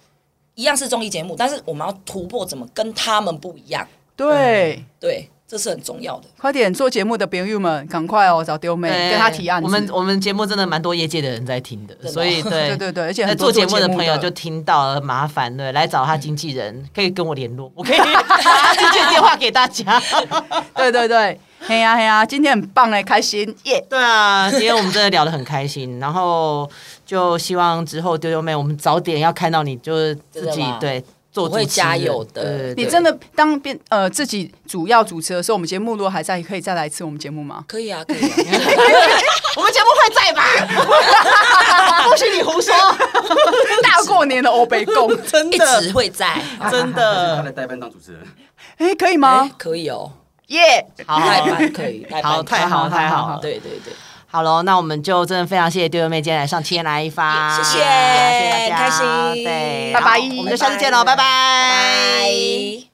Speaker 3: 一样是综艺节目，但是我们要突破怎么跟他们不一样？
Speaker 2: 对，
Speaker 3: 对，这是很重要的。
Speaker 2: 快点做节目的朋友们，赶快哦，找丢妹
Speaker 1: 对
Speaker 2: 跟他提案子。
Speaker 1: 我们我们节目真的蛮多业界的人在听的，
Speaker 3: 的哦
Speaker 1: 所以对
Speaker 2: <laughs> 对对对而且很
Speaker 1: 在
Speaker 2: 多
Speaker 1: 做
Speaker 2: 做
Speaker 1: 节目
Speaker 2: 节目的
Speaker 1: 的朋友就听到了，麻烦了，来找他经纪人，
Speaker 2: <laughs>
Speaker 1: 可以跟我联络，我可以 <laughs> 把他经纪人电话给大
Speaker 2: <laughs>
Speaker 1: 家。
Speaker 2: 对对对，嘿呀嘿呀，今天很棒哎，开心耶！
Speaker 1: 对啊，今天我们真的聊得很开心，然后就希望之后丢丢妹，我们早点要看到你，就是自
Speaker 3: 真的
Speaker 1: 己
Speaker 3: 吗
Speaker 1: 对做
Speaker 3: 我会
Speaker 1: 主持人
Speaker 3: 加油的
Speaker 1: 对对对
Speaker 2: 你真的当变呃自己主要主持的时候，我们节目如果还在，可以再来一次我们节目
Speaker 3: <laughs>
Speaker 2: 吗？
Speaker 3: 可以啊，可以、啊。
Speaker 1: 我们节目会在吧？不许你胡说，
Speaker 2: 大过年的欧北共，
Speaker 1: 真
Speaker 3: 一直
Speaker 2: <laughs>
Speaker 3: 会在，
Speaker 1: 真
Speaker 4: 就是他
Speaker 1: <laughs> 的
Speaker 4: 的代班当主持人。
Speaker 2: 哎，可以
Speaker 3: 哎
Speaker 2: 吗？
Speaker 3: 可以哦，
Speaker 2: 耶！
Speaker 1: 好。
Speaker 3: 代班可以，代班
Speaker 1: 好，
Speaker 3: 可以
Speaker 1: 太啊好，太好了，
Speaker 3: 对对对，
Speaker 1: 好喽，那我们就真的非常谢谢丢丢妹今天来上七天来一发，
Speaker 3: 谢谢
Speaker 1: 谢谢大家，
Speaker 3: 很开心
Speaker 1: 对，
Speaker 2: 拜拜
Speaker 1: 好我们就下次见喽，拜拜
Speaker 3: 拜。